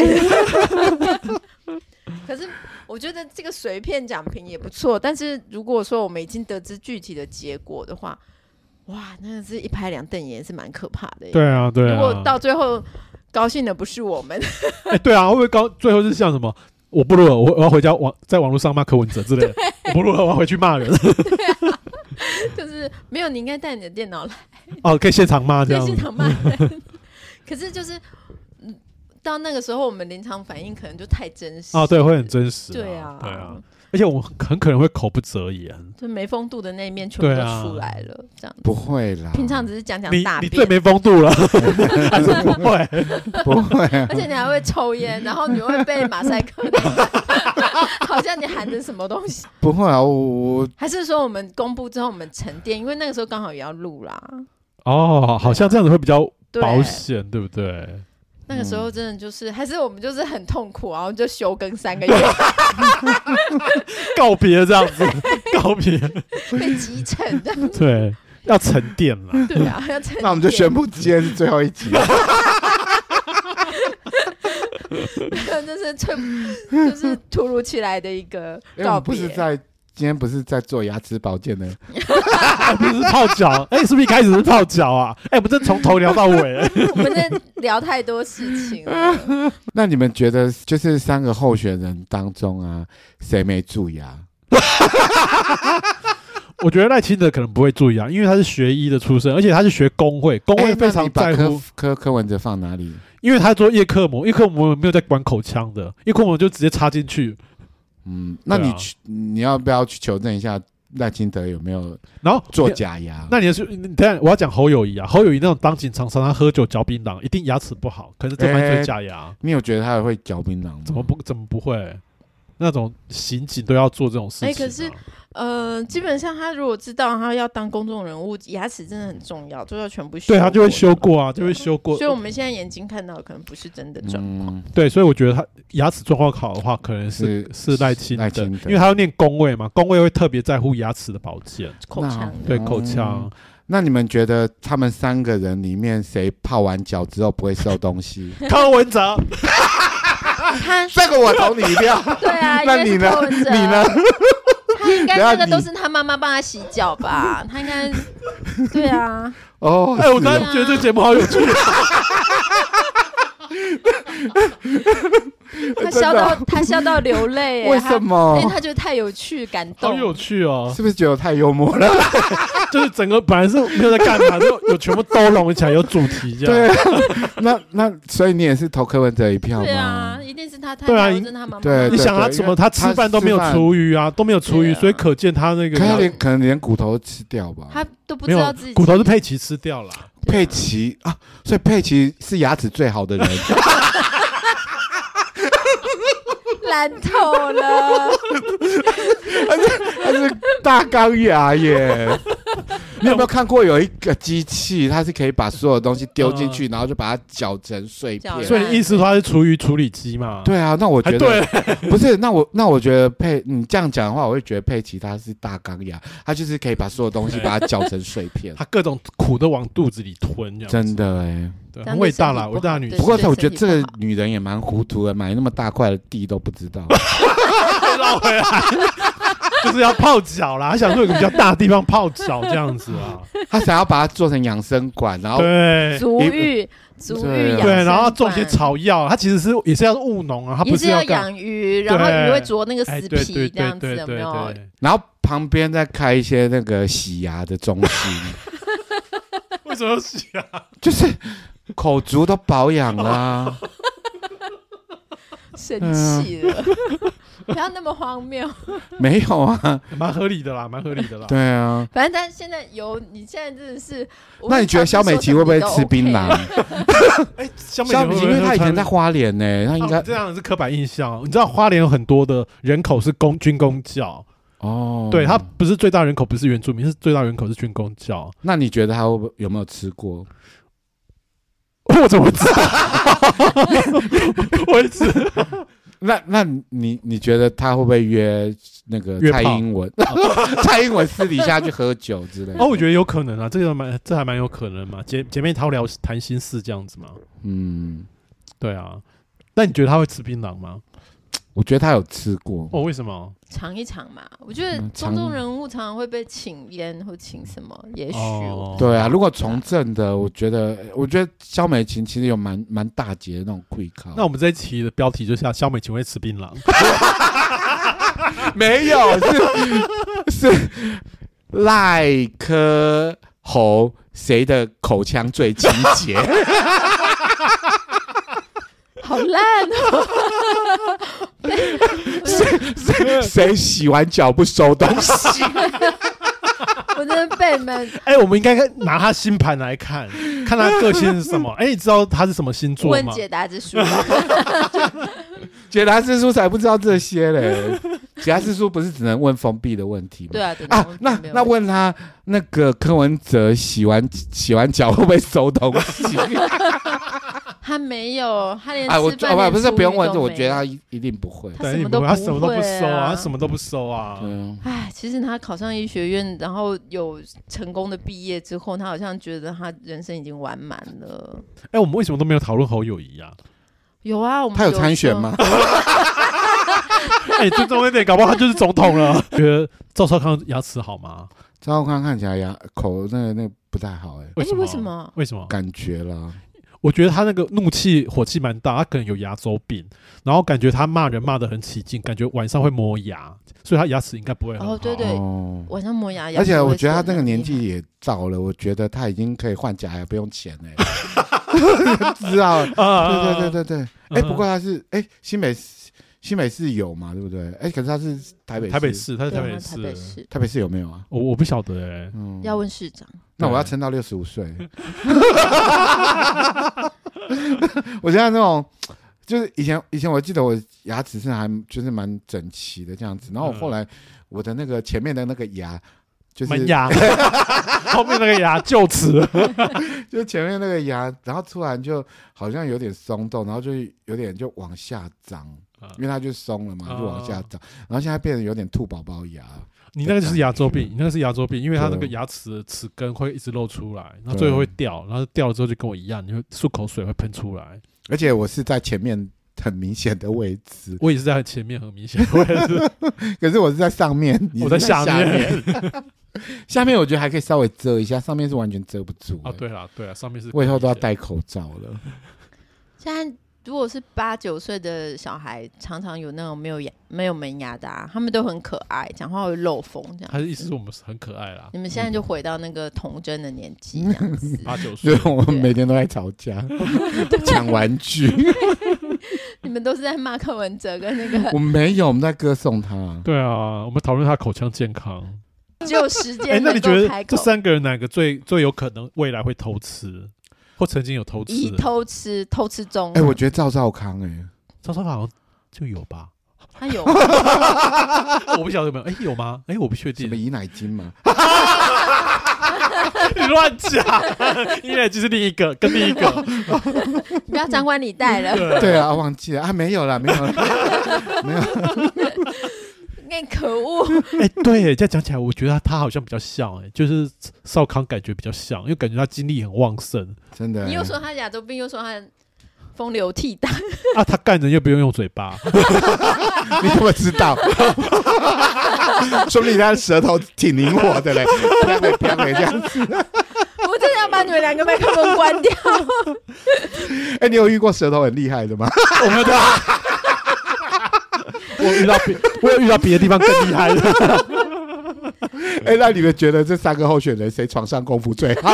可是我觉得这个随便讲评也不错，但是如果说我们已经得知具体的结果的话，哇，那是一拍两瞪眼，也是蛮可怕的耶。
对啊，对
如果
啊。
到最后高兴的不是我们，
哎，对啊，会不会高最后是像什么？我不录了，我我要回家网在网络上骂柯文哲之类的。我不录了，我要回去骂人。
就是没有你应该带你的电脑来，
哦，可以现场骂这
对，
样
现
子。
场骂人。 可是就是，嗯到那个时候我们临场反应可能就太真实
啊，对，会很真实。
对
啊
啊，，
对啊。，而且我们很可能会口不择言。
就没风度的那一面全部
对
都
啊
出来了，这样。
不会啦，
平常只是讲讲
你
大
你
便，
最没风 度了，还是不会？
不会啊、
而且你还会抽 烟，然后你会被马赛克的， 好像你含着什么东西。
不会啊！我我
还是说我们公布之后我们沉淀，因为那个时候刚好也要录啦。
哦，好像这样子会比较
对，
保险，嗯对不对？
那个时候真的就是，还是我们就是很痛苦，然后就休更三个月。
告别这样子，告别，
被集成的，
对，要沉淀 了。
对啊，要沉
那我们就
淀
宣布今天是最后一 集了。
就是 突，就是突如其来的一个
因为我
告
们不
别。
是在今天不是在做牙齿保健的，
哎不是泡脚，哎、是不是一开始是泡脚啊？哎、我们这从头聊到尾、 哎
我们在聊太多事 情了，
那你们觉得就是三个候选人当中啊，谁没蛀牙？
我觉得赖清德可能不会注意啊，因为他是学医的出身，而且他是学工会，工
哎
会
那
非
你
常
把
在乎
柯，柯柯文哲放哪里？
因为他做叶克膜，叶克膜没有在管口腔的，叶克膜就直接插进去，
嗯，那
对啊
你去，你要不要去求证一下赖清德有没有
然后
做假牙？
那你要是你等一下，我要讲侯友谊啊，侯友谊那种当警常常常喝酒嚼槟榔，一定牙齿不好，可是这
哎
满嘴假牙，
你有觉得他会嚼槟榔吗？
怎么不怎么不会？那种刑警都要做这种事情、啊。
哎可是呃，基本上他如果知道他要当公众人物，牙齿真的很重要，就要全部修。
对他就会修。过啊，就会修过
所以。我们现在眼睛看到的可能不是真的状况。
嗯，
对，所以我觉得他牙齿状况好的话，可能是
是
是赖清
赖
德，
清德
因为他要念工位嘛，工位会特别在乎牙齿的保健，
口腔
那
的
对
嗯
口腔。
那你们觉得他们三个人里面谁泡完脚之后不会瘦东 西？
柯 文哲，
啊他
这个我投你一 票。
对啊，
那
应
你呢
该是柯文哲
你呢？
他应该
等下
那个都
你
是他妈妈帮他洗脚吧？他应该 对啊，
哦，
哎，我
是
突然
哦
觉得这节目好有趣，
他
真
笑
的
到
哦
他笑到流 泪耶，
为
他
什？
因为
么？
他觉得太有趣，感
好
动。
有趣哦。
是不是觉得我太幽默 了？
就是整个本来是没有在干嘛，就有全部都拢起来，有主题这样。
对啊， 那那所以你也是投柯文哲一票吗？
对啊，一定是他太
对啊
太，或
你
是他妈妈。
对
你想他
对
怎
因为
么他
他
吃饭都没有
吃饭
厨余啊，都没有厨余，
对啊
所以可见他那个
可他
牙
连可能连骨头都吃掉吧？
他都不
没
知道
有
自己
骨头是佩奇吃掉了。
佩奇啊，所以佩奇是牙齿最好的人，
烂透 了，
他是大钢牙 耶。你有没有看过有一个机器，它是可以把所有东西丢进
嗯
去，然后就把它搅成碎片
搅？
所以
烂
你意思说他是厨余处理机嘛？
对啊，那我
哎，
觉
对
得，不是，那我那我觉得佩，你这样讲的话，我会觉得佩奇他是大钢牙，他就是可以把所有东西
对
把它搅成碎 片，
他各种苦都往肚子里哎吞，这样
真的哎、
对，
这样
很伟大啦，
对身体
伟大的女
不
性
不过
对
我觉
身
得
体
这
不
个
好
女人也蛮糊涂的，买那么大块的地都不知道。
绕回来， 就是要泡脚啦。他想说有个比较大的地方泡脚这样子啊。
他想要把它做成养生馆，然后
对
足浴足浴
对
养
对，然后他
生
种一些
馆，
草药，他其实是也是要务农啊，他
也
不
是
要干。
养鱼，然后
对
鱼会啄那个
哎，
死
对对
皮这
对
样子，
对对
有没有？
对，
然后旁边再开一些那个洗牙的中 心，
为什么要洗啊？
就是口足都保养啊啦、
哦
生
嗯
气了， 不要那么荒谬。
没有啊，
蛮合理的啦，蛮合理的啦。
对啊。
反正但现在有，你现在真的是，无
那
论
你觉得
上
肖
次
美
说
琪
什
会
么
不会
你都
吃槟
OK
榔？
了？
哎，小 美
肖
会
美
不
琪，
会
因为她以前
穿
在花莲呢、她应该
哦、这样是刻板印象。你知道花莲有很多的人口是公军工教，
哦，
对，它不是最大人口不是原住民，是最大人口是军工教。
那你觉得她会不会有没有吃过？
我怎么知道？ 我一直
那那你你觉得她会不会约那个
约
蔡
炮
英文？ 蔡英文私底下去喝酒之类的？
哦，我觉得有可能啊，这个蛮这还蛮有可能嘛，姐姐妹淘聊谈心事这样子嘛，
嗯，
对啊。那你觉得他会吃槟榔吗？
我觉得她有吃过。
哦，为什么？
尝一尝嘛。我觉得
嗯
公
尝
众人物常常会被请烟或请什么，也许
哦
我
对啊，如果从政的，我觉得，呃我觉得肖美琴其实有蛮蛮大节的那种愧靠。
那我们这一期的标题就叫“肖美琴会吃槟榔
没有，是 是赖科侯谁的口腔最清 洁？
好烂哦。
谁谁洗完脚不收东西？
我真的被你们”。
哎，我们应该拿他星盘来看， 看他个性是什么。哎，你知道他是什么星座
问
吗？
解答之书，
解答之书才不知道这些嘞。解答之书不是只能问封闭的问题吗？
对啊，对
啊，那那问他那个柯文哲洗完洗完脚会不会收东西？
他没有，他连
哎，我
吃
就
饭
啊
连
不是
厨
不用
余
问，
都
我
没
觉得
有
他一一定不会。
他
对，
什
你
么都
会他什么都不
会
收啊，
啊
他什么都不收啊。
对啊，
唉，其实他考上医学院，然后有成功的毕业之后，他好像觉得他人生已经玩满了。
哎，我们为什么都没有讨论侯友谊啊？
有啊，我们
他有
时
参选
候
吗？？
哎，尊重一点，搞不好他就是总统了。 觉得赵少康牙齿好吗？
赵康看起来牙口那个那个不太好哎，
为什么？
为什么
为什么？
感觉啦，
我觉得他那个怒气火气蛮大，他可能有牙周病，然后感觉他骂人骂得很起劲，感觉晚上会磨牙，所以他牙齿应该不会很好。
哦对对
哦，
晚上磨牙，牙
而且
齿会
我觉得他
生
那个
很
年
厉害
纪 也到了，我觉得他已经可以换假牙不用钱哎， 知道了？
啊，
对对对对对，哎，
嗯
不过他是哎新北市新北市有嘛，对不对？哎，可是他是台北
台北，市，他是
对
台
啊
北
台北
市，
市
台北市有没有啊？
我我不晓得哎，
嗯，
要问市长，
那我要
对
撑到六十五岁。 我现在那种，就是以前以前我记得我牙齿是还就是蛮整齐的这样子，然后我
嗯
后来我的那个前面的那个牙，就是
门 牙，后面那个牙臼 齿，
就是前面那个牙，然后突然就好像有点松动，然后就有点就往下长
啊，
因为它就松了嘛，
哦
就往下长，然后现在变得有点兔宝宝牙，
你那个就是牙周病，你那个是牙周病，因为他那个牙齿的齿根会一直露出来，然后最
嗯
后会掉，然后掉了之后就跟我一样，你会漱口水会喷出来。
而且我是在前面很明显的位置，
我也是在前面很明显，我也是
可是我是在上面，你
我
是在
下
面。下面我觉得还可以稍微遮一下，上面是完全遮不住、欸
啊，，对啦对啦，上面是
我以后都要
戴。
戴口罩了。
现在如果是八九岁的小孩，常常有那种没有牙、没有门牙的、啊，他们都很可爱，讲话会漏风这样。
他的意思是我们是很可爱啦，
你们现在就回到那个童真的年纪这
嗯
样子，
八
所
九岁
以，我们每天都在吵架，抢玩具。
你们都是在骂柯文哲跟那个
我没有，我们在歌颂他。
对啊，我们讨论他口腔健康。
只有时
哎、
间
那
能
你
够
觉得
开
这
口。
三个人哪个最最有可能未来会偷吃，或曾经有偷吃
以？偷吃偷吃中，
哎、我觉得赵少康、哎
赵少康好像就有 吧，
他有
我不晓得有没有，哎、有吗？哎、我不确
哎，什
定
么，姨奶金嘛，
你 乱讲，因为就是另一个跟另一 个，
你不要张冠李戴 了，
对啊，忘记了啊，没有了，没有了。
那可恶！
哎、对，这样讲起来，我觉得他好像比较像、哎，就是少康感觉比较像，因为感觉他精力很旺盛
真的、
你又说他牙周病，又说他风流倜傥，
啊，他干人又不用用嘴 巴，
你怎么知道？说不定他的舌头挺灵活的嘞，啪嘞啪嘞这样子。
我真的要把你们两个麦克风关掉。
哎、你有遇过舌头很厉害的吗？
我没有他。我遇到别，我有遇到别的地方更厉害的。
哎、那你们觉得这三个候选人谁床上功夫最好？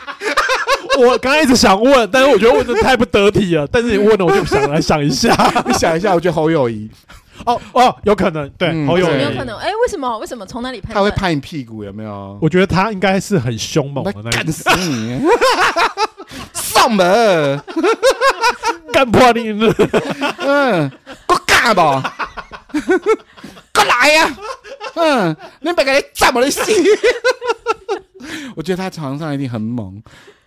我刚刚一直想问，但是我觉得问的太不得体了。但是你问了，我就想来想一下。
你想一下，我觉得侯友谊
哦 哦，有可能，对，
嗯
好友
对
有
谊
没有可能？哎、为什么？为什么？从哪里判
他
断？
会拍你屁股有没有？
我觉得他应该是很凶猛
我
的
要
那
干
一
死你！上门，
种，干破你！
嗯，我干吧，过来呀、嗯，你别给你怎么的死！我觉得他床上一定很猛，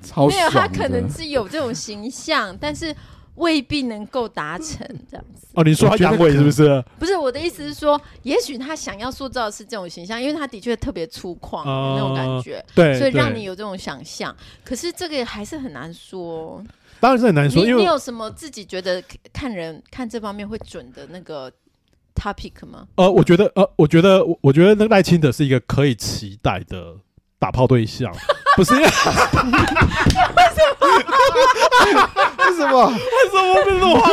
超
没有，
爽
他
的。
可能是有这种形象，但是未必能够达成这样子。
哦，你说他阳痿是不是？
不是我的意思是说，也许他想要塑造的是这种形象，因为他的确特别粗犷、
哦
那种感觉，
对，
所以让
对
你有这种想象。可是这个还是很难说。
当然是很难
你
说，因
你
为
有什么自己觉得看人看这方面会准的那个 topic 吗？
呃，我觉得呃，我觉得我觉得那个赖清德是一个可以期待的打炮 对象，不是因为
为什么？
什么被弄坏？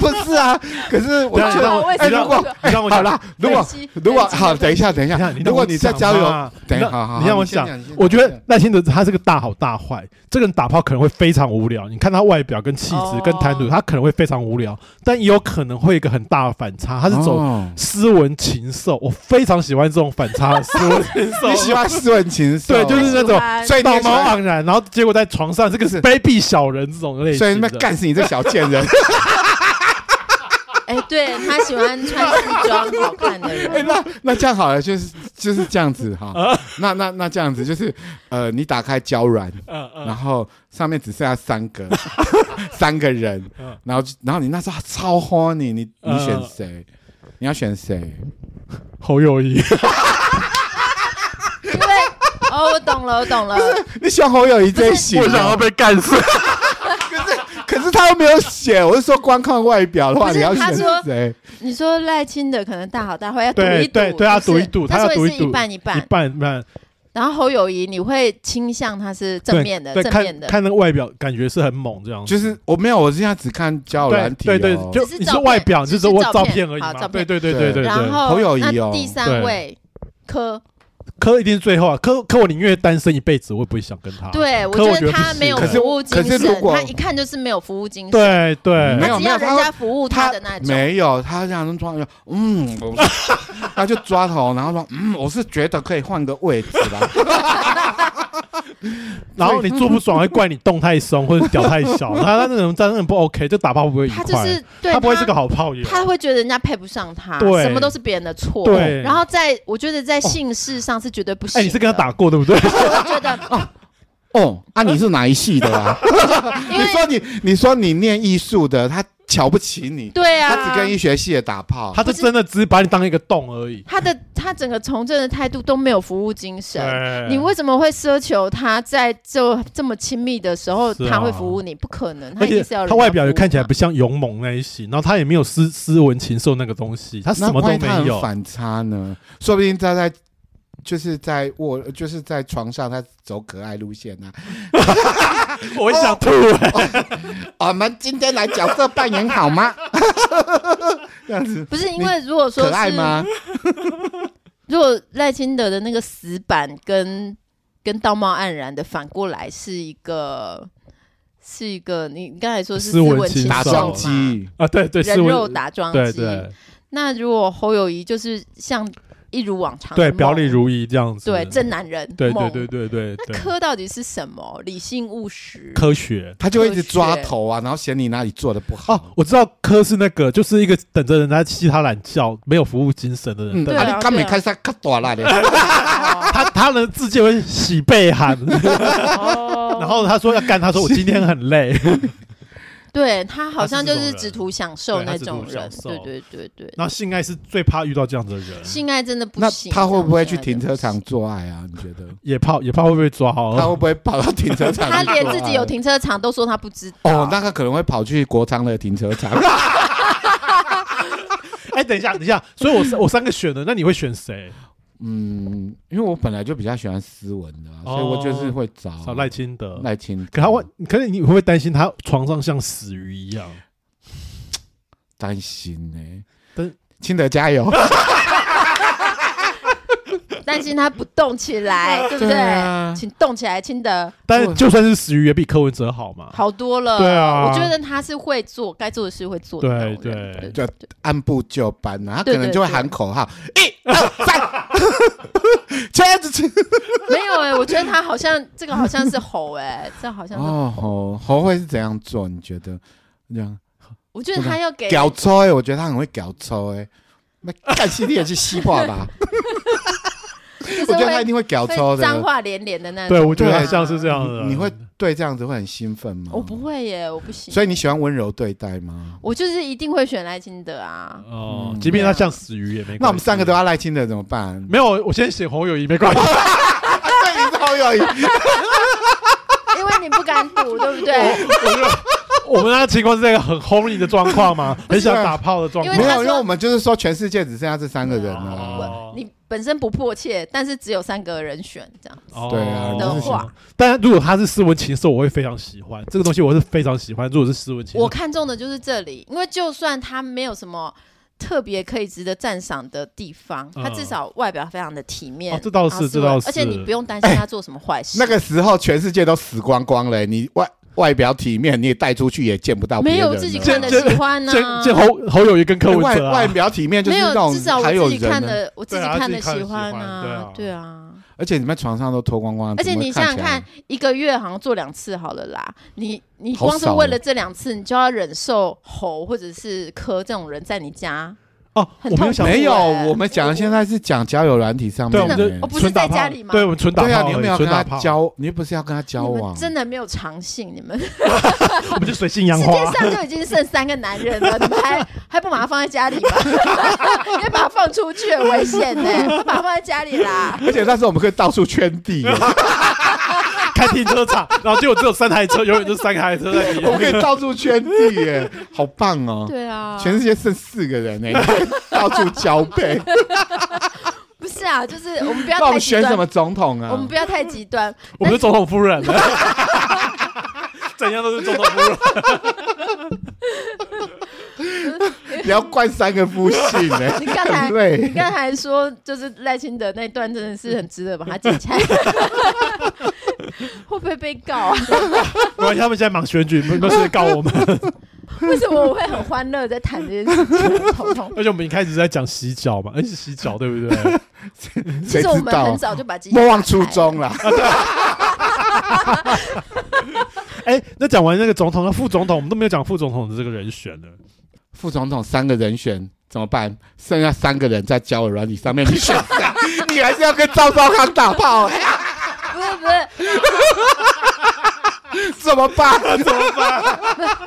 不是啊，可是我觉
你
得
让我
为
哎
什
如
么
果
准？
你让我
好
讲，
啦，如果
分析
如果
分析
好，
的
等一下，等一
等一
下
下，你让
如果
我
你
你
在交友，
友
等一下，好好，
你让我
先
想
讲，先
我觉得
讲
赖清德他是个大好大坏，这个人打炮可能会非常无聊。你看他外表跟气质
哦
跟谈吐，他可能会非常无聊，但也有可能会有一个很大的反差。他是走
哦
斯文禽兽，我非常喜欢这种反差的斯文禽 兽。
你喜欢斯文禽兽，
对，就是那种
种
哎所以你
道
也喜啊
貌
欢
岸然，然后结果在床上这个是卑鄙小人这种类型的。
所以他妈干死你这小贱人！
哎、对他喜欢穿西装好看的
哎，
人，
哎
那那这样好了，就是就是这样子哈。
啊
那那那这样子就是，呃，你打开胶软，
嗯
然
嗯
后上面只剩下三 个，三个人
嗯，
然后就然后你那时候超慌你，你你选
嗯
谁？你要选谁？
侯友 谊，
因为哦，我懂了，我懂了，
你选侯友谊这一型
我
哦，
想要被干死。
可是他又没有写，我是说光看外表的话，
不是
你要
他
选
说
谁？
你说赖清德可能大好大坏，要赌
对
一赌，
对对，要
是
赌
不
一
是
赌，
他
要
说
赌
是
一赌，
一半一半
一。半一半
然后侯友谊，你会倾向他是正
对
面的，
对，
正面
看
的，
看那个外表，感觉是很猛这样子。
就是我没有，我现在只看交友
对
软体
对对
哦，
就
只是
你是
照
外
片
表，你
只
是
是
我
照
照
片
片而已
好
嘛。
照
对
片
对对
对
对对
然
对，
后
侯友谊
那
哦
第
对
三位柯，
科一定是最后啊，科科我宁愿单身一辈子，我也不会想跟他。
对
柯啊我觉
觉
得不
得他
是
没有
可是
服务精
可是如
神，
果
他一看就是没有服务精神，
对对，
没有
他只要
他
人家服务他的那种。
没有，他这样抓，嗯，我 他就抓头，然后说，嗯，我是觉得可以换个位置啦。
然后你做不爽，会怪你洞太松或者屌太 小，他他那种真的不 OK，就打炮不会愉
他
快，
就是对
他不会是个好炮友。
他会觉得人家配不上他，
对
什么都是别人的错。
对哦
然后在我觉得在姓氏上是绝对不行。
哎，你是跟他打？过对不对？
我 觉得，
哦，啊，你是哪一系的啦？
因
你
为
说你，你说你念艺术的，他瞧不起你，
对啊，
他只跟医学系的打炮。
他就真的只是把你当一个洞而已。
他的他整个从政的态度都没有服务精神。
对
你为什么会奢求他在就这么亲密的时候
是啊
他会服务你？不可能，他
而
一定
且
是要人
他
家
外表
服
也
务
看起来
他
不像勇猛那一型，然后他也没有斯斯文禽兽那个东西，他
那
什么
万
都
一
没
他很
有。
反差呢？说不定他在就是在卧，就是在床上，他走可爱路线啊呢、
我也想吐哎，
我们今天来角色扮演好吗？ 这样子
不是因为如果说
可爱
是
吗？
如果赖清德的那个死板跟跟道貌岸然的反过来是一个是一个你你刚才说是
斯文
文
禽
禽
打
兽
兽
桩
嘛
机，
啊，对对，是
人肉
我，
打桩
对
机。
对
那如果侯友谊就是像一如往常的
对，
梦
表里如一这样子。
对正男人
对对
梦
对对对对
那，科到底是什么？理性务实。
科学
他就会一直抓头啊，然后嫌你哪里做的不
哦
好。，
我知道柯是那个，就是一个等着人家气他懒觉、没有服务精神的人。
嗯，
对
啊
啊，你刚没
对啊
开始看短了的，
他他的自己会洗背 汗，
哦
然后他说要干，他说我今天很累。
对他好像就是
他是这种人
只图享受
对他
那
只图
种
享
人，
受
对对对对，
然后性爱是最怕遇到这样的人，
性爱真的不
那
行。
他会不会去
这样
停
子
车场做爱啊？你觉得
也怕也怕会被抓
他
哦。
会不会跑到停车场？
他连自己有。停车场都说他不知道。
哦，那他可能会跑去国昌的停车场。
哎，等一下，等一下，所以我三我三个选的，那你会选谁？
嗯，因为我本来就比较喜欢斯文的啊，所以我就是会找
哦找赖清德。
赖清德。
可他会，可是你会不会担心他床上像死鱼一样？
担心呢。
但
清德加油！
担心他不动起来，对不
对
对
啊？
请动起来，亲的
但是就算是死鱼，也比柯文哲好嘛。
好多了。
对啊
我觉得他是会做该做的事会做的那种
对
人。
对
对
按部就班啊，他
对
可能
对
就会
对
喊口号，一二三， 茄子吃。
没有哎，我觉得他好像这个好像 是猴哎，这好像是，
哦，侯侯会是怎样做？你觉得这样
我觉得他要给
屌抽哎？我觉得他很会屌抽哎。那干系列是西瓜吧？
就是
我觉得他一
会
定会屌抽
会脏
的。
话连连的那种。
对，我觉得
对啊
很像是这样的。
你会对这样子会很兴奋吗？
我不。会耶，我不行。
所以你喜欢温柔对待吗？
我就是一定会选赖清德啊。
哦，
嗯
即便他像死鱼也没关系。嗯
那我们三个都要赖清德怎么 办？
没有，我先写侯友谊没关系。
啊，对，你是侯 友谊。
因为你不敢赌，对不
哦
对？
我觉得我们那情况是在一个很轰你的状 况吗？很想打炮的状况
因
没
为他
有，
说
啊因为我们就是说全世界只剩下这三个人啊了。
哦
你本身不迫切，但是只有三个人选这样。
哦
对啊
的话，
当然如果他是斯文禽兽，我会非常喜欢这个东西，我是非常喜欢。如果是斯文禽兽，
我看中的就是这里，因为就算他没有什么特别可以值得赞赏的地方，
嗯
他至少外表非常的体面。
哦这倒是
然后
这倒是哎
而且你不用担心他做什么坏事。
那个时候全世界都死光光了、你外外表体面，你也带出去也见不到别
没
人
有
了。
我自己看的
这这
喜欢呢、
见见侯侯友谊跟柯
哎
文
外
哲
外
啊，
表体面就是
没
那
有，
种
至少
还
我
有
自己
人
看
呢，
的，我自己
对啊
看的
自己看的喜
欢
欢对
对
啊
啊。
而且你们床上都脱光光，
而且
啊怎么
你想想
起来
看，，一个月好像做两次好了啦。你你
好
光是
少
为
哦
了这两次，你就要忍受猴或者是柯这种人在你家
哦，
很
我没有
痛
想
苦
没有，
欸
我们讲现在是讲交友软体上
对，啊
面
我们
真
的
的
就
哦不是
纯打
在家
炮
里吗
对，我们纯打
对啊，
炮
你又
而
没
已，
有
纯
跟
打
他
炮，
交，你又不是要跟他交
你
往
们，真的没有长性，你们世
我们就随性杨啊
界
花。
上就已经剩三个男人了，你们还还不把它放在家里吗？ 你要把它放出去很危险呢、不把它放在家里 啦。
而且那时候我们可以到处圈地，
开停车场，然后结果只有 三台车，永远就三台车在里
我们
面。
可以到处圈地耶，好棒哦！
对啊，
全世界剩四个人呢， 到处交 配，
不是啊，就是我们不要
那我
太
们
极
选
端，
什么总统啊？
我们不要太极端。
我们是总统夫 人，怎样都是总统夫人。
你要灌三个夫姓呢，
你刚才
很累
你。刚才说就是赖清德那段真的是很值得把 它剪起来， 会不会被 告啊？
没关系，他们现在忙选举，没没事告我们。
为什么我会很欢乐在谈这件事情？彤彤，
而且我们一开始是在讲洗脚嘛，哎、是洗脚对不对？
其
谁
实我
知
们很
道？
早就把鸡
莫忘初衷啦，
哎、那讲完那个总统，那副总统我们都没有讲副总统的这个人选 呢。
副总统三个人选怎么办？剩下三个人在交友软体上面，你选谁？ 你还是要跟赵少康打炮，哎
不是不是
怎么办？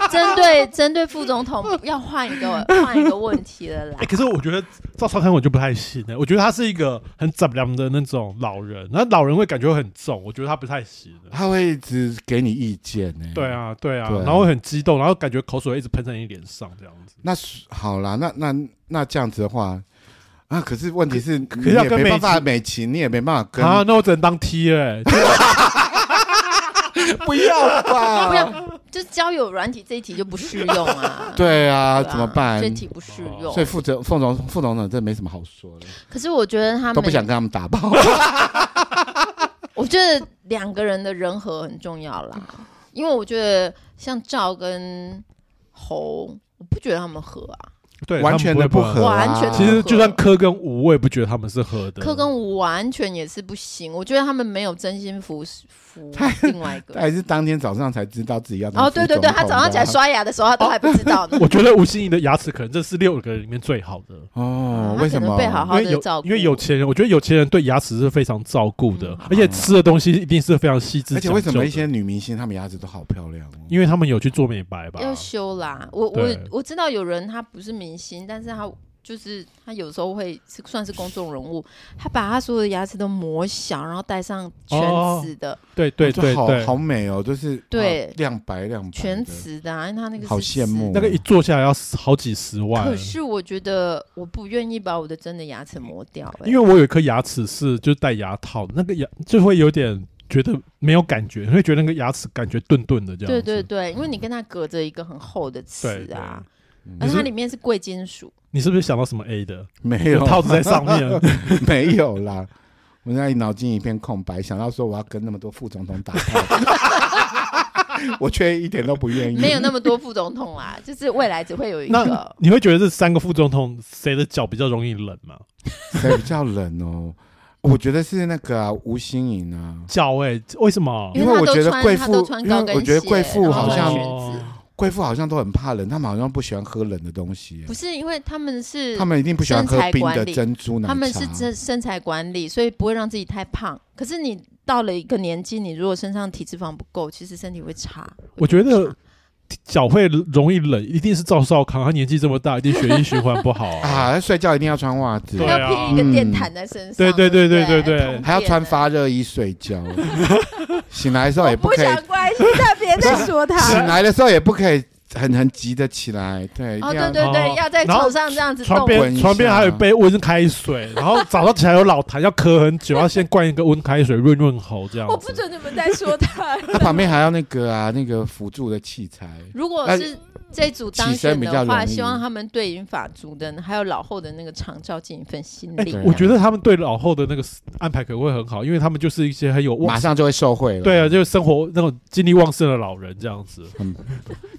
针对针对副总统，要换一 个换一个问题了啦
哎、。可是我觉得赵少康我就不太信了，我觉得他是一个很怎么样的那种老人，那老人会感觉很重，我觉得他不太行了。
他会一直给你意见呢。
对，啊，对啊，
嗯对啊
然后会很激动，然后感觉口水会一直喷在你脸上这样子。
那是好啦，那那那这样子的话，啊，可是问题是，可
是要跟
没办
美
法美琴，你也没办法跟，
啊，那我只能当 T 哎、
不要
哎不
吧？
要，就是交友软体这一题就不适用啊。
对啊，怎么办
这？题不适用
所。以副总、副总、副总统这没什么好说的，
可是我觉得他
都不想
们，
跟他们打炮。
我觉得两个人的人和很重要啦，
嗯
因为我觉得像赵跟侯，我不觉得他们合啊，
对，
完全的
他们
不
会
合啊
完全
其实就算
不合
柯跟吴，我也不觉得他们是合的。
柯跟吴完全也是不行，我觉得他们没有真心服服另外一个
他。还是当天早上才知道自己要当
哦，对对对，
副总统
他
的
早上起来刷牙的时候，他都还不知道呢。
哦 我觉得吴心怡的牙齿可能这是六个人里面最好的。
哦，
他
为什
可能
么？
被好
因
好
为
的
有
照顾，
因为有钱人，我觉得有钱人对牙齿是非常照顾的
嗯，
而且吃的东西一定是非常细致。
而且为什么一些
讲究的？
女明星她们牙齿都好漂亮哦？
因为他们有去做美白吧？
要修啦。我我
对
我知道有人他不是明星，但是他就是他有时候会是算是公众人物，他把他所有的牙齿都磨小，然后戴上
哦
全瓷的、
对对
就
对
好
对
好，美哦，就是
对
啊亮白亮白的，
全瓷的、啊，因为他那个是
好羡慕
瓷
那个一做下来要好几十万。
可是我觉得我不愿意把我的真的牙齿磨掉、欸，
因为我有一颗牙齿是就是戴牙套，那个牙就会有点觉得没有感觉，会觉得那个牙齿感觉钝钝的这样
欸对
子。
对对，因为你跟它隔着一个很厚的瓷
对对
啊，
嗯
而且
你
它
是
里面是贵金属，
你是不是想到什么 A 的？
没
有
有
套子在 上面，
没有啦，我现在脑筋一片空白，想到说我要跟那么多副总统打炮， 我却一点都不愿意。
没有那么多副总统啦，就是未来只会有一
那
个。
你会觉得这三个副总统谁的脚比较容易冷吗？
谁比较冷哦？我觉得是那个啊吴、欣颖啊，
脚哎、为什么？
因
因
为
为
他
我
都
觉得
穿
贵
他都
妇
穿
因
高
为
跟
我觉得
鞋
贵妇
然
好
后穿
像
裙子
贵妇好像都很怕冷，她们好像不喜欢喝冷的东西
不，是因为他们是
她们一定不喜欢喝
身材
冰
管
的
理
珍珠奶茶。
他们是身身材管理，所以不会让自己太胖。可是你到了一个年纪，你如果身上体脂肪不够，其实身体会差。
我觉得
差
脚会容易冷，一定是赵少康，他年纪这么大，一定血液循环不好啊。
啊，睡觉一定要穿袜子，
对
还
啊
要披一个电毯在身上，
对对对
对
对
不
对对
很
还要
方便
穿
欸。
发热衣睡 觉，醒来的时候也
不
可以
想关心他，别再说
醒
他。
来的时候也不可以很很急的起来，对，一
哦，
定
对
要
哦
对对，要在
然后
床上这样子
床
动。
滚
边
一下
床边还有一杯温开水，然后早上起来有老痰，要咳很久，要先灌一个温开水润润喉这样子。
我不准你们再说他。
他旁边还要那个啊，那个辅助的器材。
如果
那
是这组当
起身
选
比
的
较
话，
容易
希望他们对应法族的，还有老后的那个长照尽一份心
哎
力。
对
我觉得他们对老后的那个安排可能会很好，因为他们就是一些很有旺
马上就会受惠了。
对啊，就是生活那种精力旺盛的老人这样子，
嗯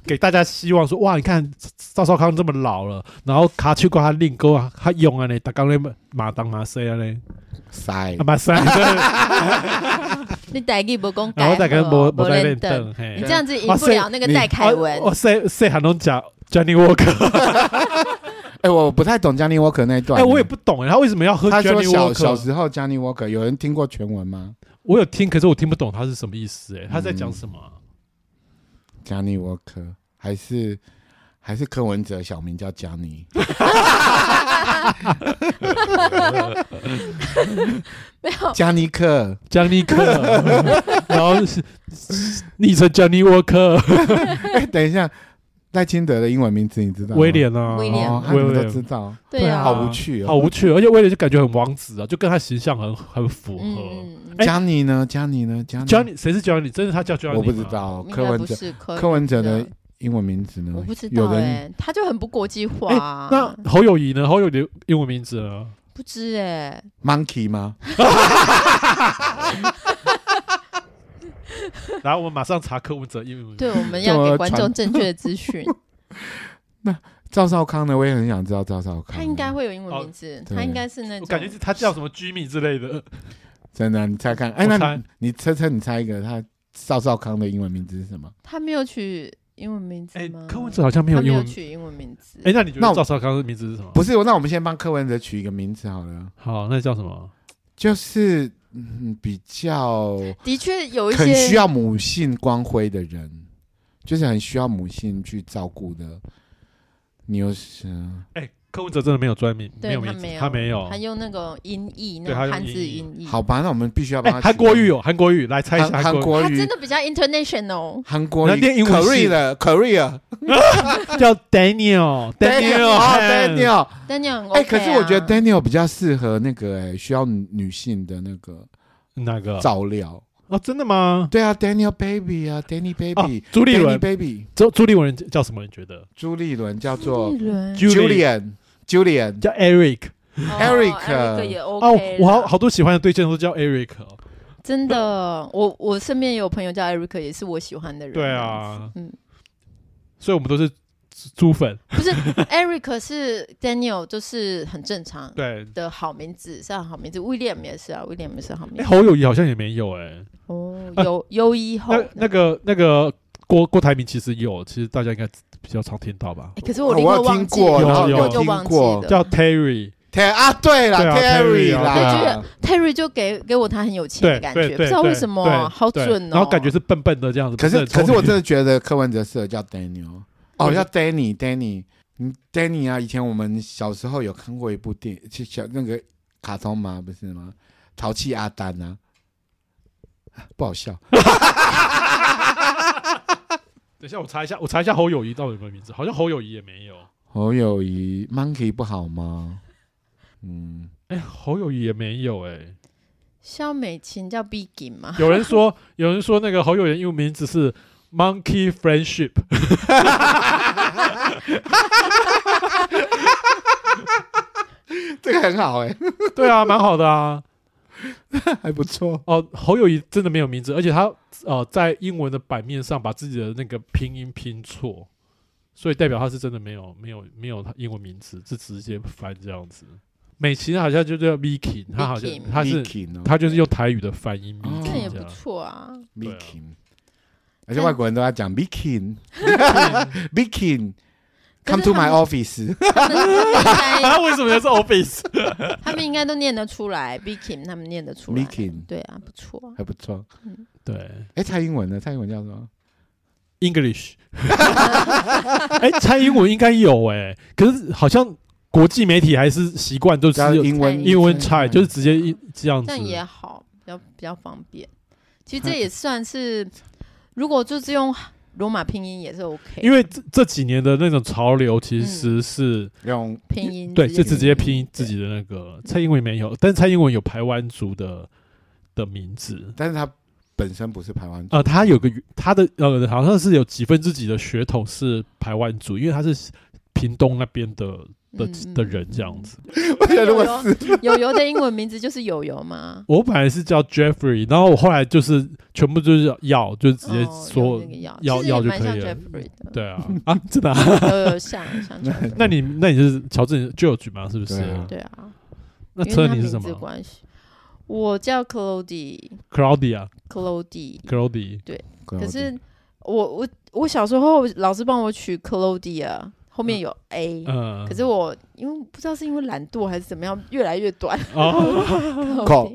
给大家希望说哇，你看赵少康这么老了，然后卡去过他令哥啊，他用啊嘞，打刚嘞马当马塞啊嘞，
塞
啊，马塞，
你代给不公改
然
好，
后大概没没在
人
练
等，
凳，嘿哦
你这样子赢
哇
不
塞
了那个戴凯文
哦。哦塞塞韩东讲 Johnny Walker，
哎，我不太懂 Johnny Walker 那一段。
哎，我也不懂，他为什么要喝
啊他说
Johnny
小小
Walker？
时候 Johnny Walker 有人听过全文吗
我有听，可是我听不懂他是什么意思。哎，他在
嗯
讲什么啊？
？Johnny Walker 还是还是柯文哲小名叫 Johnny？
没有，
加尼克，
江尼克， 然后是昵称 Johnny Walker，
哎，等一下，赖清德的英文名字你知道吗？
威廉啊，
威廉
哦，他
威
们都
廉
知道，
对
啊
呀，
好无趣
好
哦。
无趣，而且威廉就感觉很王子啊，就跟他形象很很符合。
嗯，嗯
哎
Johnny 呢？Johnny 呢？Johnny
Johnny 谁是 Johnny？真的他叫 Johnny？
我不知。
吗
道
嗯应
哦柯
该
文
不
哲
是柯
柯文哲
哲
的英文名字呢？
我不知
有
道
人
哎，他就很不国际化
哎
啊，
那侯友谊呢？侯友谊的英文名字呢？
不知哎，
Monkey 吗？
来，我们马上查柯文哲英文名。
对，我们
怎
要
么
给观
传
众正确的资讯。
赵少康呢？我也很想知道赵少康。啊
他应该会有英文名字，
对
他应该是
嗯
那
哦我
种，
感觉是他叫什么 Jimmy 之类的。
真的啊，你猜看。哎，
我
那
猜
你你猜猜，你猜一个他赵少康的英文名字是什么？
他没有取英文名字
哎
吗？，
柯文哲好像没
他
有
没
英
有
文。
取英文名字，
哎，那你觉
那
得
我
赵少康的名字是什么？
不是，那我们先帮柯文哲取一个名字好了，
好，那叫什么？
就是嗯比较
的确有一
很需
些
要母性光辉的人，就是很需要母性去照顾的。你呃又是
嗯
哎，柯文哲真的没有专名，没
对
有
他
名字
没，有，
他没有
他。用那种音译，那
对
种
他用
汉字
音
音译。
好，吧？那我们必须要帮
哎，
他。
韩国语，有韩国语，来猜一
韩
下
韩
韩国
国
他
语
真，的比较 international。
韩国
那
语
念英文系
Korea Korea
语叫 Daniel，Daniel，
哦
Han
Daniel，
但那种
哎，可是我
啊
觉得 Daniel 比较适合那个哎，需要女性的那个
哪个？
照料。
哦，真的吗？
对啊，Daniel Baby 啊，Danny
哦
Baby，，
朱立
Danny
伦，
Baby，
朱朱立伦叫什么？你觉得
朱立伦叫
嗯
做
嗯哦
Julian
Julian Julian，
叫 Eric
，Eric
啊
也
哦
OK，，
我好
啦
好多喜欢的对象都叫 Eric 哦。
真的，我我身边也有朋友叫 Eric，也是我喜欢的人。
对，啊，
嗯，
所以我们都是猪猪粉。
不是 Eric 是 Daniel，就是很正常
对，
的好名字，是好名字。William 也是啊，William 也是好名
哎，
字。
侯友谊好像也没有哎。
哦，
呃
优优一后
那那个那个郭郭台铭其实有，其实大家应该比较常听到吧，
欸可是
啊
我立
我
刻
有
忘
听
记
过
了，
然后有
我就
听
忘记
过
了。
叫 Terry。
Ter 啊，对了
对啊
，Terry
Terry 啊
对
啦，
Terry 就给给我他很有钱
对
的感
对
觉，
对，
不知道
对
为什么
对
啊好
对
准哦，
然后感觉是笨笨的这样子。
可是
不很
可是我
聪明
真的觉得柯文哲适合叫 Daniel，哦，
对
叫 Danny Danny，嗯，Danny 啊，以前我们小时候有看过一部电就小那个卡通嘛，不是吗？淘气阿丹啊，不好笑，
等一下，我查一下，我查一下侯友谊到底有没有名字，好像侯友谊也没有。
侯友谊 Monkey 不好吗？嗯，
哎，侯友谊也没有哎。
肖美琴叫 Biggie 嘛，
有人 说，有人说那个侯友谊英文名字是 Monkey Friendship，
这个很好哎，
对啊，蛮好的啊。
还不错，
哦，侯友谊真的没有名字，而且他呃在英文的版面上把自己的那个拼音拼错，所以代表他是真的没有没有没有他英文名字，是直接翻这样子。美琪好像就叫 Vicky，她好像
Vicky
她是
Mickey 呢
她就是用台语的翻音
哦
那
Vicky
也
这
不
样。
错啊。
对啊
Viking，而且外国人都在讲 Viking，Viking，Come
可是
to
他
my
们
office，
他们应该
啊，为什么要是 Office？
他们应该都念得出来，Biggie 他们念得出来
Biggie，
对啊，不错啊。
还不错。
对
哎，蔡英文呢？蔡英文叫什么？
，English。哎、蔡英文应该有哎、可是好像国际媒体还是习惯都是
叫
有
英文
英文菜，嗯就是直接一这样
这
子。
样也好，比较比较方便。其实这也算是，如果就是用罗马拼音也是 OK，
因为这这几年的那种潮流，
嗯
其实是、
用
拼音
对，就直接拼自。
对
己的那个。蔡英文没有，但蔡英文有台湾族的的名字，
但是他本身不是台湾族
呃，他有个他的呃，好像是有几分之几的血统是台湾族，因为他是屏东那边的的、
嗯
的人这样子。
我觉得如果
有
是
友友的英文名字就是友友嘛，
我本来是叫 Jeffrey，然后我后来就是全部就是要，就 直接
哦
说、
用那个药
要
其实也
要就
蛮
可
像
以了
Jeffrey 的，
对啊啊，真的、啊？
有有像像 Jeffrey
那你那你是乔治 George 吗？是不是？
对啊
对啊，
那
因为
车
他
你
名
是
字
什么
关系，我叫 Clody
？Claudia
Clody，
Claudia。
可是我我我小时候老师帮我取 Clodia，啊后面有 A，、
嗯，
可是我因为不知道是因为懒惰还是怎么样，越来越短。
哦，
靠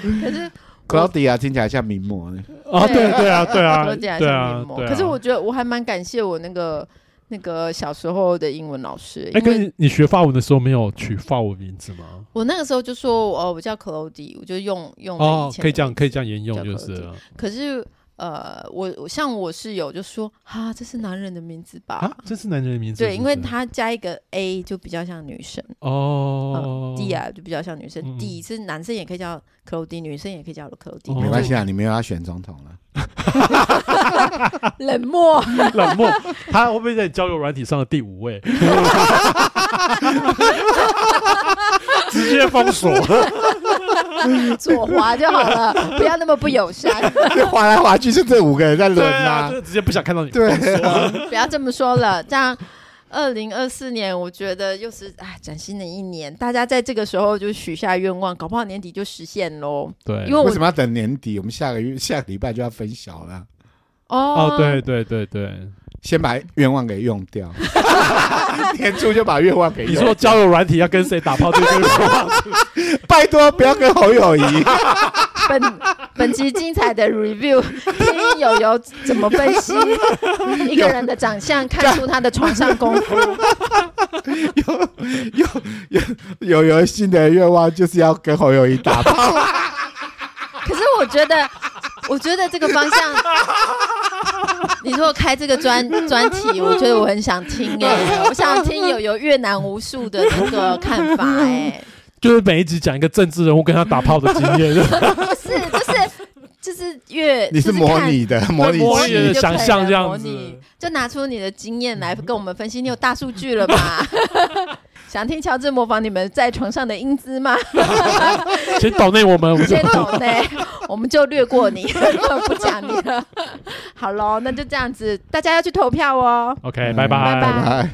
可是
Claudia 听起来像名模呢，
啊，对对啊， 对啊，
我
对
讲
啊，
一下
对
面
啊
膜。可是我，觉得我还蛮感谢我那个那个小时候的英文老师，
哎，
因为
跟你学法文的时候没有取法文名字吗？
我那个时候就说，哦，我叫 Clody，我就用用了以
哦，
前
可以
的
这样，
名
可以
字
这样沿用
叫
就
可
是
乐
了
可是呃，我我像我室友就说，哈，这是男人的名字吧？
啊，这是男人的名字是不
对，
是，
因为他加一个 A 就比较像女生、
哦
d 啊就比较像女生、
嗯
d 啊是男生也可以叫 Clody，女生也可以叫 Clody，、
哦
没关系啊，你没有要选总统了。
冷漠。
冷漠，他会不会在交友软体上的第五 位？直接封锁，
左滑就好了，不要那么不友善，
划来划去是这五个人在
对
轮
啊，
啊
就，是直接不想看到 你。
对啊，
不要这么说了。这样，二零二四年，我觉得又是啊，崭新的一年，大家在这个时候就许下愿望，搞不好年底就实现喽。
对，
因
为
为我
什么要等年底？我们下个月 下个礼拜就要分晓了，
哦
哦，对，对对对，
先把愿望给用掉， 年初就把愿望给
你
用
说。交友软体要跟谁打炮，对对对，
拜托不要跟侯友谊，
本本集精彩的 review，听友友怎么分析一个人的长相，看出他的床上功夫。
有有新的愿望就是要跟侯友谊打炮。
可是我觉得，我觉得这个方向，你如果开这个专专题，我觉得我很想听哎、我想听有有越南无数的那个看法哎、
就是每一集讲一个政治人物跟他打炮的经验，
不是，就是就是越
你是
就是
模
看
拟的，模拟
模
模
拟
拟
的
就可以
想象
了
这样
模
子
拟就拿出你的经验
嗯
来跟我们分析。你有大数据了 吧？想听乔治模仿你们在床上的英姿 吗？
先抖内我们，我们就
先懂呢，我们就略过你， 不讲你了。好喽，那就这样子，大家要去投票哦。
嗯 OK，拜拜
拜拜
哎